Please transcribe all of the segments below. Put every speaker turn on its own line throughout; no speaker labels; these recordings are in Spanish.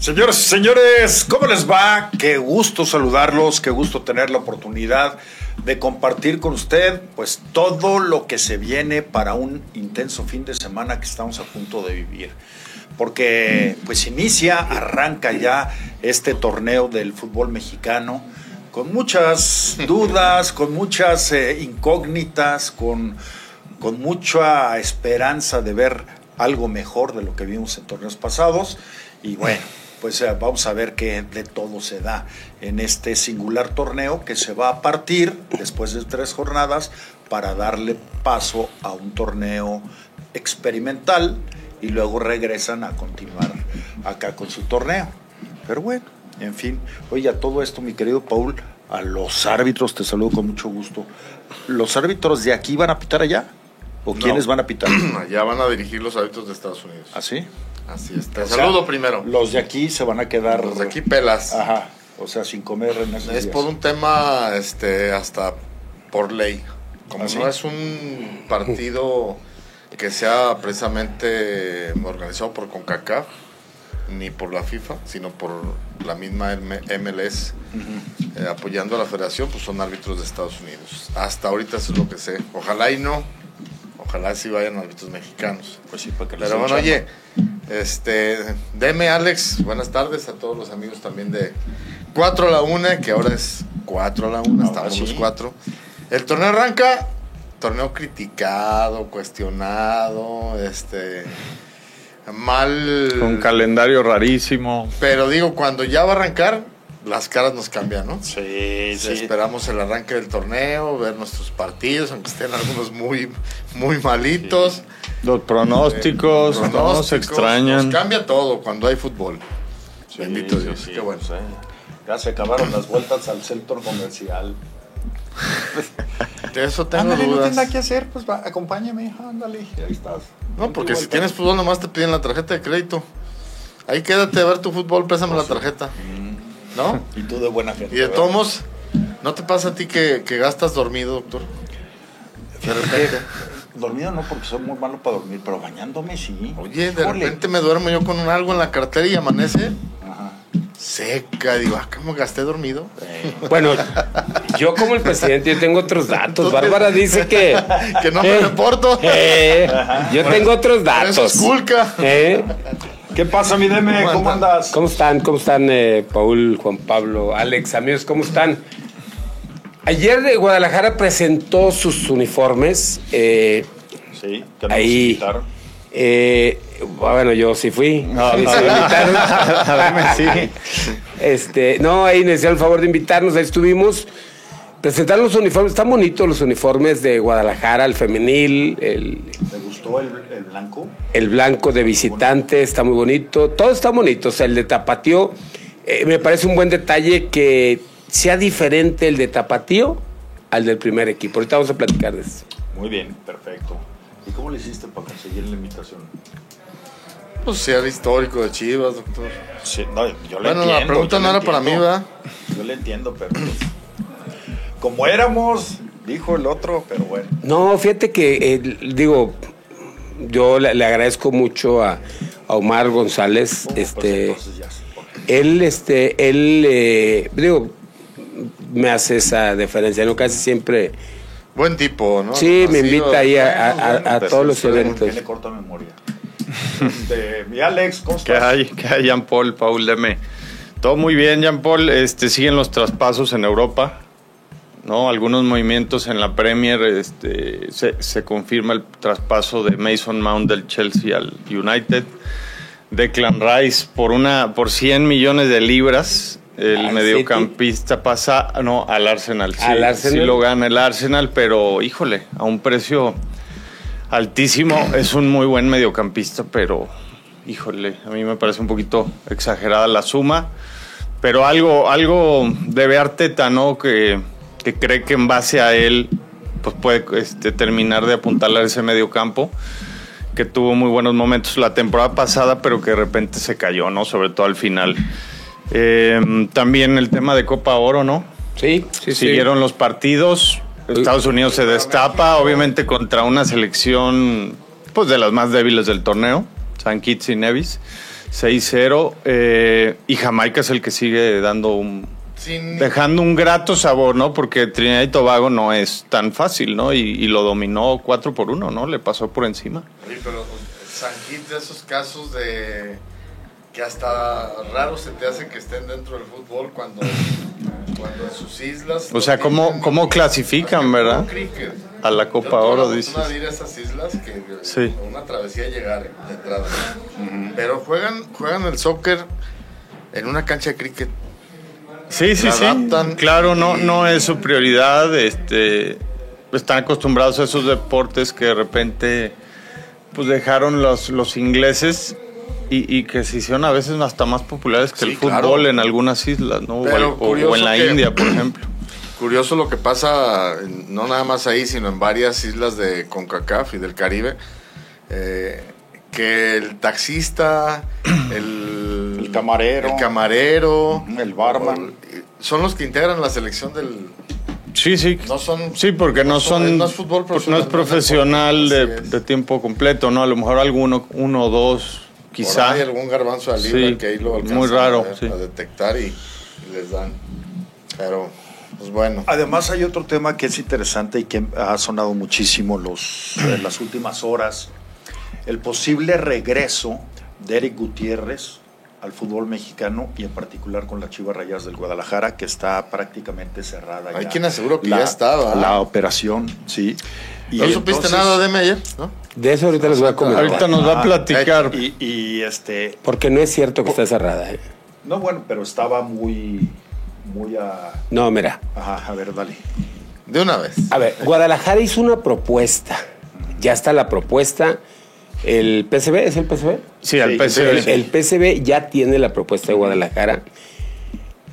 Señoras y señores, ¿cómo les va? Qué gusto saludarlos, qué gusto tener la oportunidad de compartir con usted pues todo lo que se viene para un intenso fin de semana que estamos a punto de vivir. Porque pues inicia, arranca ya este torneo del fútbol mexicano con muchas dudas, con muchas eh, incógnitas, con, con mucha esperanza de ver algo mejor de lo que vimos en torneos pasados. Y bueno, pues eh, vamos a ver qué de todo se da en este singular torneo que se va a partir después de tres jornadas para darle paso a un torneo experimental y luego regresan a continuar acá con su torneo. Pero bueno, en fin, oye, a todo esto, mi querido Paul, a los árbitros te saludo con mucho gusto. ¿Los árbitros de aquí van a pitar allá? ¿O
No.
quiénes van a pitar?
Allá van a dirigir los hábitos de Estados Unidos.
¿Así?
Así está.
O sea,
Saludo primero.
Los de aquí se van a quedar.
Los de aquí pelas.
Ajá. O sea, sin comer en esos
Es
días.
por un tema, este, hasta por ley. Como
¿Ah, sí?
no es un partido que sea precisamente organizado por CONCACAF ni por la FIFA, sino por la misma M- MLS eh, apoyando a la federación, pues son árbitros de Estados Unidos. Hasta ahorita eso es lo que sé. Ojalá y no. Ojalá sí vayan árbitros mexicanos.
Pues sí, para que les
Pero bueno,
echen.
oye, este, deme Alex, buenas tardes a todos los amigos también de 4 a la 1, que ahora es 4 a la 1,
Ahora
estamos los
sí.
4. El torneo arranca, torneo criticado, cuestionado, este, mal...
Un calendario rarísimo.
pero digo, cuando ya va a arrancar, las caras nos cambian, ¿no?
Sí, sí.
Esperamos el arranque del torneo, ver nuestros partidos, aunque estén algunos muy, muy malitos.
Los pronósticos,
Pronósticos,
no se extrañan.
Nos cambia todo cuando hay fútbol.
Sí,
Bendito
sí,
Dios,
sí,
qué bueno.
pues, eh. Ya se acabaron las vueltas al centro comercial.
De eso tengo dudas. No,
hacer, pues va, acompáñame, ándale, ahí estás.
porque si tienes fútbol nomás te piden la tarjeta de crédito. Ahí quédate a ver tu fútbol, pésame la tarjeta. ¿No?
Y tú de buena gente.
Y de
¿verdad?
tomos, ¿no te pasa a ti que, que gastas dormido, doctor? De repente.
Dormido no, porque soy muy malo para dormir, pero bañándome sí.
Oye, de
Híjole.
repente me duermo yo con un algo en la cartera y amanece
Ajá.
seca. Digo, ah, ¿cómo gasté dormido?
Eh,
Bueno, yo como el presidente, yo tengo otros datos. Bárbara dice que.
Que no me
Eh,
reporto.
eh, yo tengo otros
Eso es
datos.
culca.
Eh,
¿Qué pasa, mi Deme? ¿Cómo
¿Cómo
andas?
¿Cómo están? ¿Cómo están, eh, Paul, Juan Pablo, Alex, amigos? ¿Cómo están? Ayer eh, Guadalajara presentó sus uniformes. eh,
Sí, te
Ahí.
necesitaron.
eh, bueno, yo sí fui.
No,
Sí,
no,
sí,
no.
invitaron.
Dame, sí.
Este, no, ahí nos hicieron el favor de invitarnos, ahí estuvimos. Presentaron los uniformes, están bonitos los uniformes de Guadalajara, el femenil, el,
¿Te gustó el, el blanco?
el blanco de visitante, está muy bonito, todo está bonito, o sea, el de Tapatío, eh, me parece un buen detalle que sea diferente el de Tapatío al del primer equipo. Ahorita vamos a platicar de eso.
Muy bien, perfecto. ¿Y cómo le hiciste para conseguir la invitación?
Pues sea el histórico de Chivas, doctor.
Sí, no, yo le
Bueno, la
entiendo,
pregunta
yo
no
le
era para mí,
entiendo.
¿verdad?
Yo le entiendo, pero pues, como éramos, dijo el otro, pero bueno.
No, fíjate que, eh, digo, yo le, le agradezco mucho a, a Omar González,
Pues,
este...
entonces ya se pone.
Él, este, él, eh, digo, me hace esa deferencia, ¿no? Casi siempre.
Buen tipo, ¿no?
sí, me
Ha sido-
invita ahí a, a- a-
Bueno,
a
bueno,
todos los
pues,
eventos.
Tiene corta memoria. Este, mi Alex, ¿cómo
¿Qué
estás?
hay? ¿Qué hay, Jean Paul? Paul, deme. Todo muy bien, Jean Paul. Este, siguen los traspasos en Europa. ¿no? Algunos movimientos en la Premier. Este, se, se confirma el traspaso de Mason Mount del Chelsea al United. Declan Rice por, una, por 100 millones de libras. El
Al
mediocampista pasa no, al Arsenal. Sí,
¿Al
sí
Arsenal?
lo gana el Arsenal, pero híjole, a un precio altísimo. Es un muy buen mediocampista, pero híjole, a mí me parece un poquito exagerada la suma. Pero algo, algo debe Arteta, ¿no? Que, que cree que en base a él pues puede este, terminar de apuntalar ese mediocampo que tuvo muy buenos momentos la temporada pasada, pero que de repente se cayó, ¿no? Sobre todo al final. Eh, también el tema de Copa Oro, ¿no?
Sí, sí, sí.
Siguieron los partidos. Estados Unidos se destapa, obviamente, contra una selección pues, de las más débiles del torneo, San Kitts y Nevis. 6-0. eh, y Jamaica es el que sigue dando un.
Sin-
Dejando un grato sabor, ¿no? Porque Trinidad y Tobago no es tan fácil, ¿no? Y, y lo dominó 4 por 1, ¿no? Le pasó por encima.
Oye, pero San Quintín de esos casos de que hasta raro se te hace que estén dentro del fútbol cuando, cuando en sus islas.
O sea,
no
¿cómo-
tienen-
cómo clasifican,
Como
verdad?
cricket.
A la
Yo
Copa
tuve
Oro,
la
dices.
fortuna de ir a esas islas que
Sí.
una travesía llegar eh, de entrada. Pero juegan, juegan el soccer en una cancha de cricket.
Sí, sí,
La
sí.
adaptan.
Claro, no, no es su prioridad. Este, están acostumbrados a esos deportes que de repente pues dejaron los, los ingleses y, y que se hicieron a veces hasta más populares
Sí,
que el fútbol
claro.
en algunas islas, ¿no? O,
Pero
al- o- o
curioso
en la
que-
India, por ejemplo.
Curioso lo que pasa, en- no nada más ahí, sino en varias islas de CONCACAF y del Caribe, eh, que el taxista, el,
El camarero.
el camarero,
El barman.
o- son los que integran la selección del...
Sí, sí.
No son-
sí, porque no,
no son-
son.
no es fútbol
No
profesional,
es
no es
profesional de,
deporte, así es.
de tiempo completo, ¿no? A lo mejor alguno, uno o dos, quizá.
Hay algún garbanzo al libra
Sí,
que ahí lo
muy
alcanzan
raro,
a, ver,
sí.
a detectar y, y les dan. Pero, pues bueno.
Además hay otro tema que es interesante y que ha sonado muchísimo los, en las últimas horas, el posible regreso de Eric Gutiérrez al fútbol mexicano y en particular con la Chivas Rayas del Guadalajara que está prácticamente cerrada.
Hay
ya.
quien aseguró que
La-
ya estaba.
La operación, sí. Y
no supiste
entonces-
nada de Meyer, ¿no?
De eso ahorita les voy a comentar.
Ahorita nos va a
Ah,
platicar.
Y, y, este,
Porque no es cierto que está cerrada. ¿eh?
no bueno, pero estaba muy, muy a...
No, mira.
Ajá, a ver, dale.
De una vez.
A ver, Guadalajara hizo una propuesta. Ya está la propuesta. El PCB, ¿es el PCB?
sí, al
sí,
PSV.
El, el PCB ya tiene la propuesta de Guadalajara,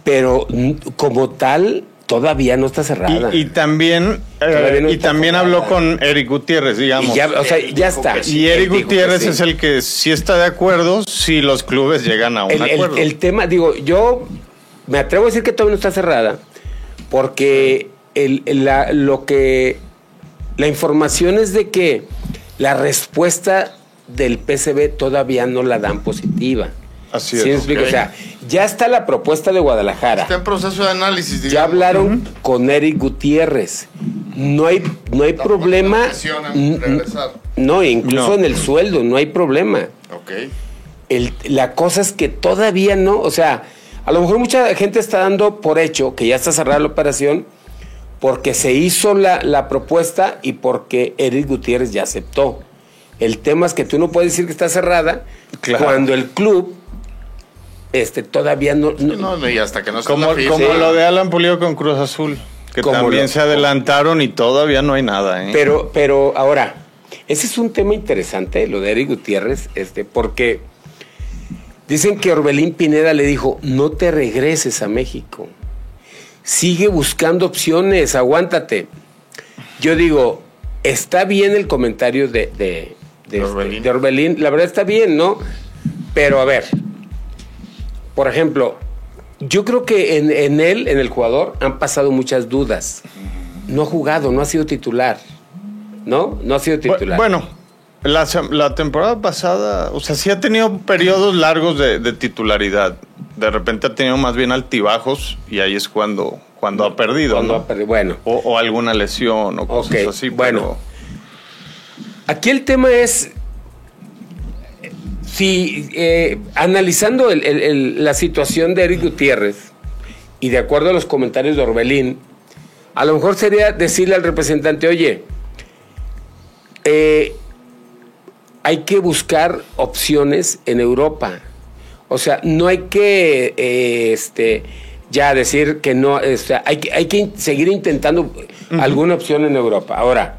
pero mm, como tal todavía no está cerrada.
Y, y también, eh,
Todavía no
y
está
también
formada.
habló con Eric Gutiérrez, digamos.
Y
Y,
ya, o sea,
Él
ya
dijo
está.
que sí.
Él
Eric
dijo que
Gutiérrez
sí.
es el que sí está de acuerdo si los clubes llegan a un
El, el-
acuerdo.
el tema, digo, yo me atrevo a decir que todavía no está cerrada, porque el- el- la, lo que. La información es de que la respuesta del PCB todavía no la dan positiva.
Así
¿Sí
es,
me explico?
ok.
O sea, ya está la propuesta de Guadalajara.
Está en proceso de análisis.
Ya
digamos.
hablaron con Eric Gutiérrez. No hay, no hay
Tampoco
problema.
lo presionan
N- n-
regresar.
No, incluso
No.
en el sueldo, no hay problema.
Ok.
El- la cosa es que todavía no, o sea, a lo mejor mucha gente está dando por hecho que ya está cerrada la operación porque se hizo la, la propuesta y porque Eric Gutiérrez ya aceptó. El tema es que tú no puedes decir que está cerrada
Claro.
cuando el club este, todavía no... no-
No, no, y hasta que no esté
como
la FIFA.
como lo de Alan Pulido con Cruz Azul, que
Como
también
lo-
se adelantaron y todavía no hay nada. ¿eh?
Pero, pero ahora, ese es un tema interesante, lo de Eric Gutiérrez, este, porque dicen que Orbelín Pineda le dijo, no te regreses a México. Sigue buscando opciones, aguántate. Yo digo, está bien el comentario de, de, de,
De
este,
Orbelín.
de Orbelín, la verdad está bien, ¿no? Pero a ver, por ejemplo, yo creo que en, en él, en el jugador, han pasado muchas dudas. No ha jugado, no ha sido titular. ¿No? No ha sido
Bu-
titular.
Bueno, la, sem- la temporada pasada, o sea, sí ha tenido periodos largos de, de titularidad. De repente ha tenido más bien altibajos y ahí es cuando, cuando ha perdido,
Cuando
¿no?
ha perdido- bueno.
o, o alguna lesión o cosas
Ok,
así.
bueno.
Bueno.
Aquí el tema es, eh, si eh, analizando el- el- el- la situación de Eric Gutiérrez y de acuerdo a los comentarios de Orbelín, a lo mejor sería decirle al representante, oye, eh, hay que buscar opciones en Europa. O sea, no hay que eh, este, ya decir que no, o sea, hay, que- hay que in- seguir intentando alguna opción en Europa. Ahora,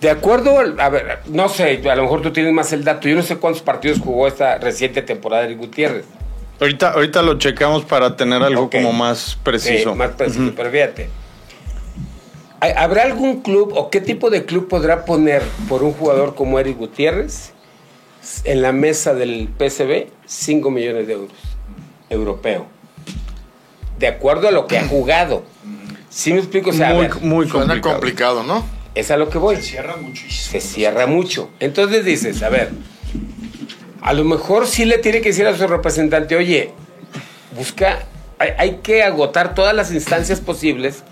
de acuerdo, al- a ver, no sé, a lo mejor tú tienes más el dato. Yo no sé cuántos partidos jugó esta reciente temporada de Gutiérrez.
Ahorita, ahorita lo checamos para tener algo
Ok.
como más preciso.
Sí, más preciso, pero fíjate. ¿hay- ¿Habrá algún club o qué tipo de club podrá poner por un jugador como Eric Gutiérrez en la mesa del PSB 5 millones de euros europeo? De acuerdo a lo que ha jugado. ¿Sí me explico? O sea, a
muy,
ver,
muy
Suena
complicado.
complicado, ¿no?
es a lo que voy
cierra muchísimo.
se cierra mucho. Entonces dices, a ver, A lo mejor sí le tiene que decir a su representante, oye, busca, hay, hay que agotar todas las instancias posibles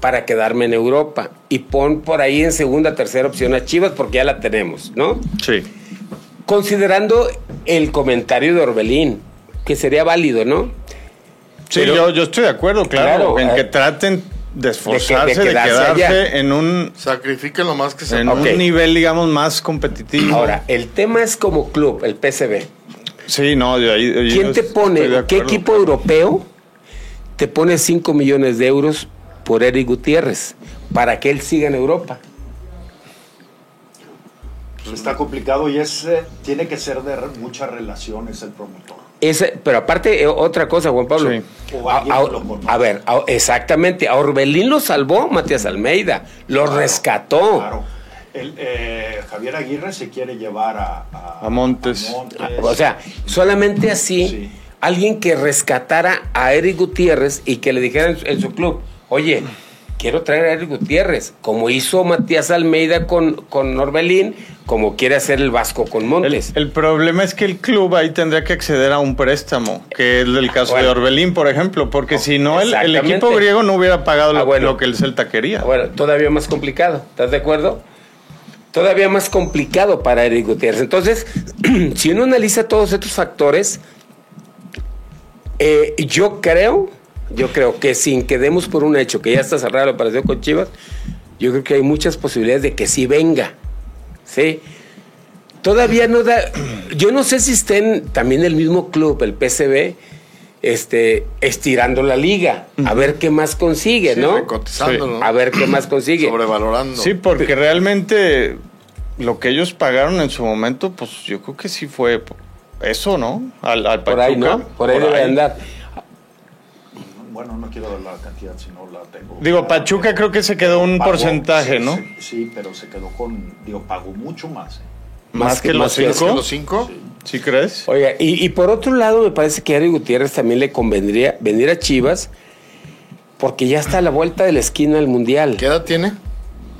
para quedarme en Europa y pon por ahí en segunda, tercera opción a Chivas porque ya la tenemos, ¿no?
Sí.
Considerando el comentario de Orbelín, que sería válido, ¿no?
Sí,
Pero-
yo, yo estoy de acuerdo, claro,
Claro,
en
eh,
que traten de esforzarse, de,
de quedarse
quedarse,
allá.
en un
Sacrifiquen lo más que se
en
Ok.
un nivel, digamos, más competitivo.
Ahora, el tema es como club, el PSV.
sí, no, yo ahí- yo
¿Quién te
estoy de
pone, qué
acuerdo.
equipo europeo te pone 5 millones de euros por Eric Gutiérrez para que él siga en Europa?
Pues está complicado y es, eh, tiene que ser de re- muchas relaciones el promotor.
Ese- pero aparte, eh, otra cosa, Juan Pablo.
Sí.
O
A,
alguien
a-
que lo conozca.
a ver, a- exactamente. A Orbelín lo salvó Matías Almeida. Lo
Oh.
rescató.
Claro. El, eh, Javier Aguirre se quiere llevar a,
A Montes.
Ah,
O sea, solamente así,
Sí.
alguien que rescatara a Eric Gutiérrez y que le dijera en su, en su club, oye, quiero traer a Eric Gutiérrez, como hizo Matías Almeida con, con Orbelín, como quiere hacer el Vasco con
El,
Montes.
el problema es que el club ahí tendría que acceder a un préstamo, que es el caso
Bueno.
de Orbelín, por ejemplo, porque si no, el, el
Exactamente.
equipo griego no hubiera pagado lo,
Ah, bueno.
lo que el Celta quería.
Bueno, todavía más complicado, ¿estás de acuerdo? Todavía más complicado para Eric Gutiérrez. Entonces, si uno analiza todos estos factores, eh, yo creo, yo creo que sin que demos por un hecho que ya está cerrada la operación con Chivas, yo creo que hay muchas posibilidades de que sí venga. ¿Sí? Todavía no da. Yo no sé si estén también el mismo club, el PCB, este, estirando la liga. A ver qué más consigue,
Sí,
¿no?
recotizando, ¿no?
A ver qué más consigue.
sobrevalorando.
Sí, porque realmente lo que ellos pagaron en su momento, pues yo creo que sí fue eso, ¿no? Al, al
por ahí,
Pachuca,
¿no? Por ahí
por
debe
ahí.
andar.
Bueno, no quiero dar la cantidad, si no la tengo.
Digo, Pachuca creo que se quedó un
Pagó,
porcentaje,
sí,
¿no?
Sí, sí, pero se quedó con. Digo, pagó mucho más. ¿eh?
Más que los
¿Más que
cinco.
los cinco?
¿Sí crees?
Oiga, y, y por otro lado, me parece que a Eric Gutiérrez también le convendría venir a Chivas, porque ya está a la vuelta de la esquina al Mundial.
¿Qué edad tiene?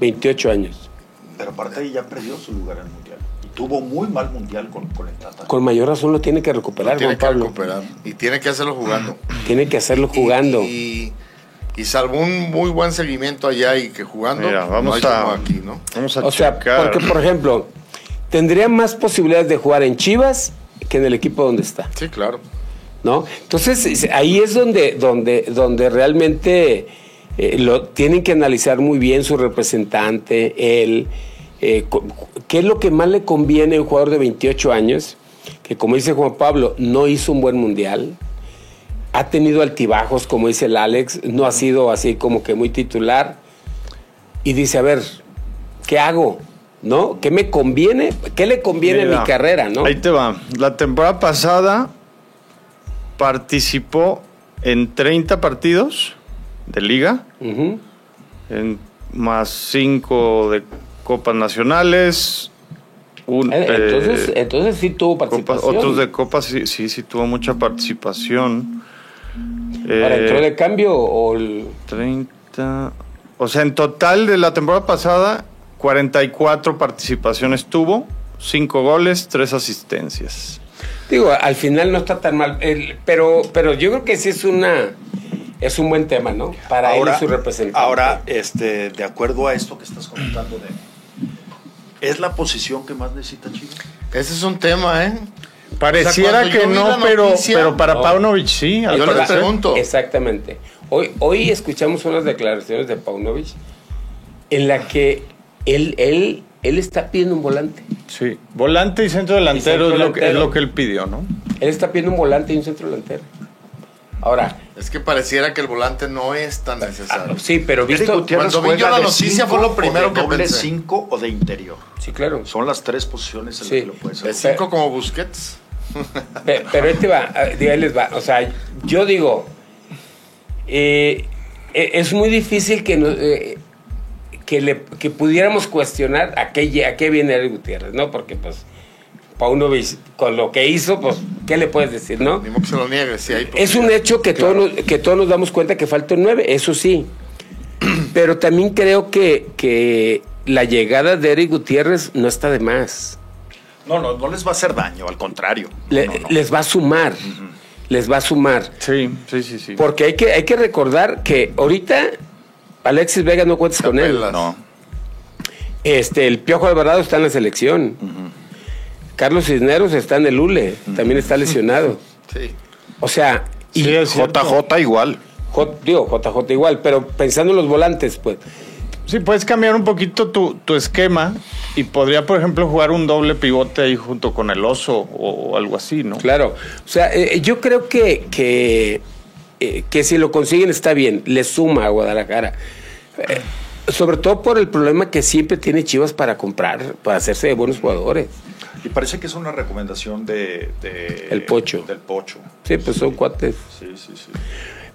28 años.
Pero aparte ahí ya perdió su lugar en el mundial. Y tuvo muy mal mundial con, con el Tata.
Con mayor razón lo tiene que recuperar,
tiene
Juan
que
Pablo.
recuperar. Y tiene que hacerlo jugando.
Tiene que hacerlo jugando.
Y, y, y salvo un muy buen seguimiento allá y que jugando.
Mira, vamos
no hay
a-
como aquí, ¿no?
Vamos a
o sea,
checar.
porque por ejemplo, tendría más posibilidades de jugar en Chivas que en el equipo donde está.
Sí, claro.
¿no? Entonces, es- ahí es donde, donde, donde realmente eh, lo tienen que analizar muy bien su representante, él, eh, co- qué es lo que más le conviene a un jugador de 28 años, que como dice Juan Pablo, no hizo un buen mundial, ha tenido altibajos, como dice el Alex, no ha sido así como que muy titular, y dice, a ver, ¿qué hago? ¿No? ¿Qué me conviene? ¿Qué le conviene a
Mira,
mi carrera? ¿no?
Ahí te va. La temporada pasada participó en 30 partidos de liga,
Ujú.
en más 5 de copas nacionales, un,
Eh, Entonces,
eh,
entonces sí tuvo
copas-
participación.
otros de copas, sí, sí, sí tuvo mucha participación.
¿Para
Eh,
entró de cambio o el-
30. O sea, en total de la temporada pasada, 44 participaciones tuvo, 5 goles, 3 asistencias.
Digo, al final no está tan mal. el- pero, pero yo creo que sí es una. Es un buen tema, ¿no? Para él y su representante.
Ahora, este, de acuerdo a esto que estás comentando de. ¿Es la posición que más necesita Chivas?
Ese es un tema, ¿eh?
Pareciera
cuando
que
yo vi
no,
la
pero,
noticia-
pero para
No.
Paunovic sí. al
Yo le
Para-
parecer.
pregunto.
Exactamente. Hoy, hoy escuchamos unas declaraciones de Paunovic en la que él, él, él está pidiendo un volante.
Sí. Volante y centro delantero,
Y centro
es, lo que, es
delantero.
lo que él pidió, ¿no?
Él está pidiendo un volante y un centro delantero. Ahora,
Es que pareciera que el volante no es tan necesario.
Ah, sí, pero
Eric
visto.
Gutiérrez
cuando vi yo
juega
la
de
noticia
cinco
fue lo
o de
primero que
doble
pensé.
5 o de interior.
Sí, claro.
Son las tres posiciones en
Sí.
las que lo puedes
De
hacer.
cinco como Busquets.
Pe- Pero este va, eh, digo, ahí les va. O sea, yo digo, eh, e- es muy difícil que, no- eh, que, le, que pudiéramos cuestionar a qué, lle- a qué viene Eric Gutiérrez, ¿no? Porque, pues, Paunovic, con lo que hizo, pues, ¿qué le puedes decir, no?
Ni modo que se lo niegue. Sí, hay
Es un hecho que, todos, nos, que todos nos damos cuenta que falta un 9, eso sí. Pero también creo que, que la llegada de Eric Gutiérrez no está de más.
No, no, no les va a hacer daño, al contrario.
Le-
No, no, no.
Les va a sumar. Les va a sumar.
Sí, sí, sí, sí.
Porque hay que, hay que recordar que ahorita Alexis Vega no cuentas con él.
Capela.
No.
Este, el Piojo Alvarado está en la selección. Carlos Cisneros está en el Lule. También está lesionado.
Sí.
O sea, y
Sí, eh, es cierto.
JJ igual.
J- digo, JJ igual, pero pensando en los volantes, pues.
Sí, puedes cambiar un poquito tu, tu esquema y podría, por ejemplo, jugar un doble pivote ahí junto con el oso o algo así, ¿no?
Claro. O sea, eh, yo creo que, que, eh, que si lo consiguen está bien, le suma a Guadalajara. Eh, sobre todo por el problema que siempre tiene Chivas para comprar, para hacerse de buenos jugadores.
Y parece que es una recomendación de, de-
El Pocho.
Del Pocho.
Sí, pues son cuates.
Sí, sí, sí.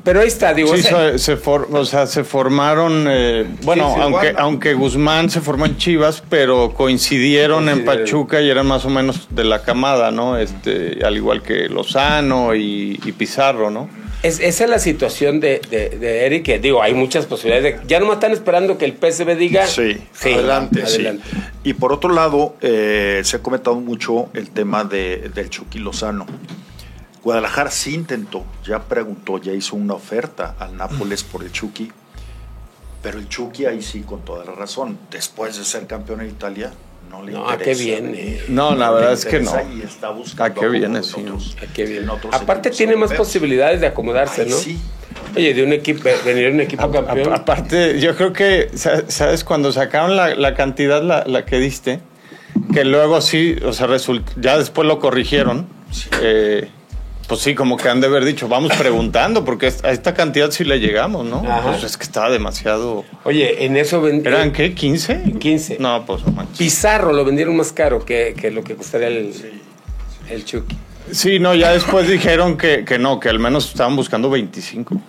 Pero ahí está, digo.
Sí,
ese-
se, se for- o sea, se formaron, eh, bueno,
sí,
aunque,
igual.
aunque Guzmán se formó en Chivas, pero coincidieron en
Coincidieron.
Pachuca y eran más o menos de la camada, ¿no? Este, al igual que Lozano y, y Pizarro, ¿no?
Es- esa es la situación de, de, de Eric, que digo, hay muchas posibilidades. de- ya nomás están esperando que el PSB diga.
Sí,
adelante,
Sí. Y por otro lado, eh, se ha comentado mucho el tema de, del Chucky Lozano. Guadalajara sí intentó, ya preguntó, ya hizo una oferta al Nápoles por el Chucky, pero el Chucky ahí sí, con toda la razón, después de ser campeón en Italia, no le
No, ¿a
interesa.
qué viene?
No, la
le
verdad es que
interesa
no.
Y está buscando
¿A qué viene,
otros-
sí?
¿A Ah, qué viene?
en otros
Aparte
equipos
tiene más
europeos.
posibilidades de acomodarse,
Ahí
¿no?
sí.
Oye, de un equipo, eh, venir de un equipo
A-
campeón.
a- aparte, yo creo que, sa- ¿sabes? Cuando sacaron la, la cantidad, la, la que diste, que luego sí, o sea, result- ya después lo corrigieron. eh, pues sí, como que han de haber dicho, vamos preguntando, porque es- a esta cantidad sí le llegamos, ¿no?
Ajá.
Pues es que estaba demasiado.
Oye, en eso ven-
¿Eran qué? ¿15?
15.
No, pues no manches.
Pizarro lo vendieron más caro que, que lo que costaría el, el Chucky.
Sí, no, ya después dijeron que, que no, que al menos estaban buscando 25.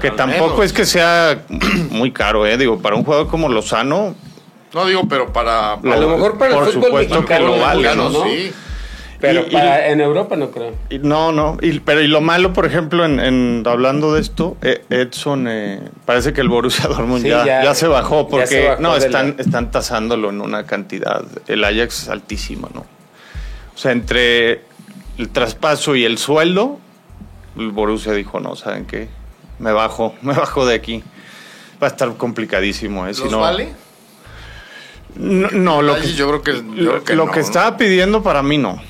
Que
al
tampoco
menos.
es que sea muy caro, ¿eh? Digo, para un jugador como Lozano,
No digo, pero para.
A lo mejor para el
por
fútbol
supuesto que
mexicano,
lo
¿no?
vale, ¿no?
¿no?
Sí.
Pero
Y- y-
para- en Europa no creo.
Y No, no. Y- pero y lo malo, por ejemplo, en, en- hablando de esto, eh, Edson, eh, parece que el Borussia Dortmund
Sí,
ya,
ya-
ya se bajó
ya
porque
se bajó
no
de
están
la-
están tasándolo en una cantidad. El Ajax es altísimo, ¿no? O sea, entre el traspaso y el sueldo, el Borussia dijo no, saben qué, me bajo, me bajo de aquí. Va a estar complicadísimo, ¿eh? Si
¿Los
no-
vale?
no, no, lo
Ay,
que,
yo creo que- yo
lo,
creo que
lo
no,
que
¿no?
estaba pidiendo para mí no.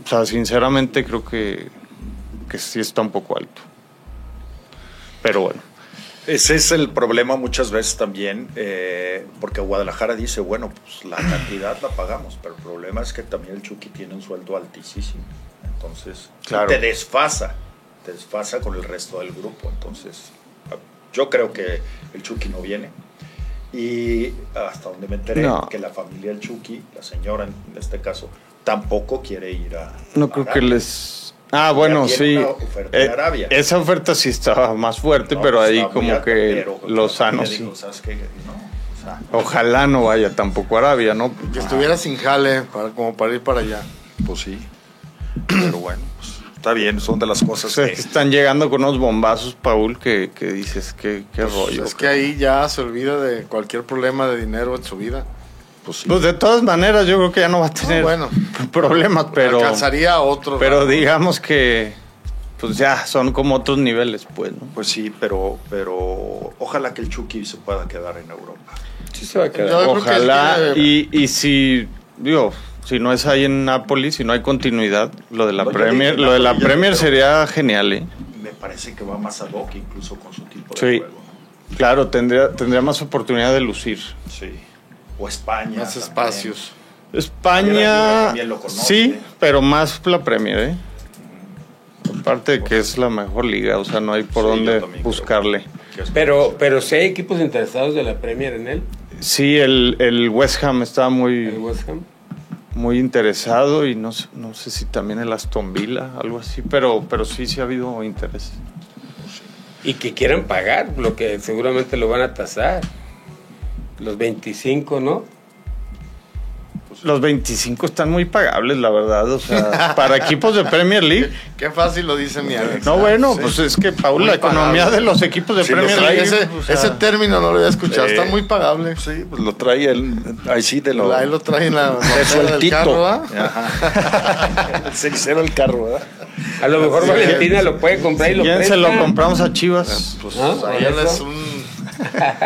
O sea, sinceramente creo que, que sí está un poco alto. Pero bueno.
Ese es el problema muchas veces también, eh, porque Guadalajara dice, bueno, pues la cantidad la pagamos, pero el problema es que también el Chucky tiene un sueldo altísimo. Entonces,
Claro.
te desfasa, te desfasa con el resto del grupo. Entonces, yo creo que el Chucky no viene. Y hasta donde me enteré,
No.
que la familia del Chucky, la señora en este caso, tampoco quiere ir a...
No
a
creo que
Arabia.
les... Ah, bueno,
tiene
sí.
una oferta de
Eh,
Arabia.
esa oferta sí estaba más fuerte,
No,
pero
pues,
ahí
está muy
como
alto,
que
pero
Lozano
le
sí.
digo, ¿sabes qué? No, o sea,
Ojalá no vaya tampoco a Arabia, ¿no?
Que estuviera sin jale, para, como para ir para allá.
Pues sí. Pero bueno, pues, está bien, son de las
O
cosas
sea,
que.
que están llegando con unos bombazos, Paul, que, que dices, qué, qué rollo.
Pues es que ahí ya se olvida de cualquier problema de dinero en su vida.
Pues sí.
Pues de todas maneras yo creo que ya no va a tener
bueno.
problemas, pero...
Alcanzaría a otro.
Pero
rango.
digamos que, pues ya, son como otros niveles, pues, ¿no?
Pues sí, pero, pero ojalá que el Chucky se pueda quedar en Europa.
Sí se va a quedar.
Yo creo que
Ojalá,
él
y, y si, digo, si no es ahí en Nápoles, si no hay continuidad, lo de la
No, yo
Premier,
dije
lo de la
Nápoles, ya
Premier
dije,
sería genial, ¿eh?
Me parece que va más ad hoc incluso con su tipo de
Sí.
juego.
Claro, tendría, tendría más oportunidad de lucir.
Sí. O España.
Más
también.
espacios.
Pero
España,
también lo conoce.
sí, pero más la Premier, ¿eh? Aparte de que es la mejor liga, o sea, no hay por
Sí, yo
dónde
también creo.
buscarle.
Que es-
Pero, pero si hay equipos interesados de la Premier en él,
Sí, el, el West Ham está muy...
el West Ham.
muy interesado y no, sé- no sé si también el Aston Villa, algo así, pero, pero sí, sí ha habido interés.
Y que quieran pagar, lo que seguramente lo van a tasar. Los 25, ¿no?
pues equipos.
Los 25 están muy pagables, la verdad. O sea, para equipos de Premier League.
Qué fácil lo dice mi Alex.
No, bueno,
Sí.
pues es que, Paul,
Muy
la economía
pagable.
de los equipos de
Sí, lo
Premier
trae.
League.
ese,
o sea,
ese término no lo había escuchado.
Sí.
Está muy pagable.
Sí, pues lo trae el. Ahí sí te lo.
Ahí lo traen la
de
montera del
sueltito.
carro, ¿ah? ¿va?
Ajá. el cenicero del carro, ¿verdad?
A lo mejor
Sí,
Valentina lo puede comprar y lo
¿Quién
presta.
se lo compramos a Chivas?
Pues
Ah,
ahí
¿eso?
es un-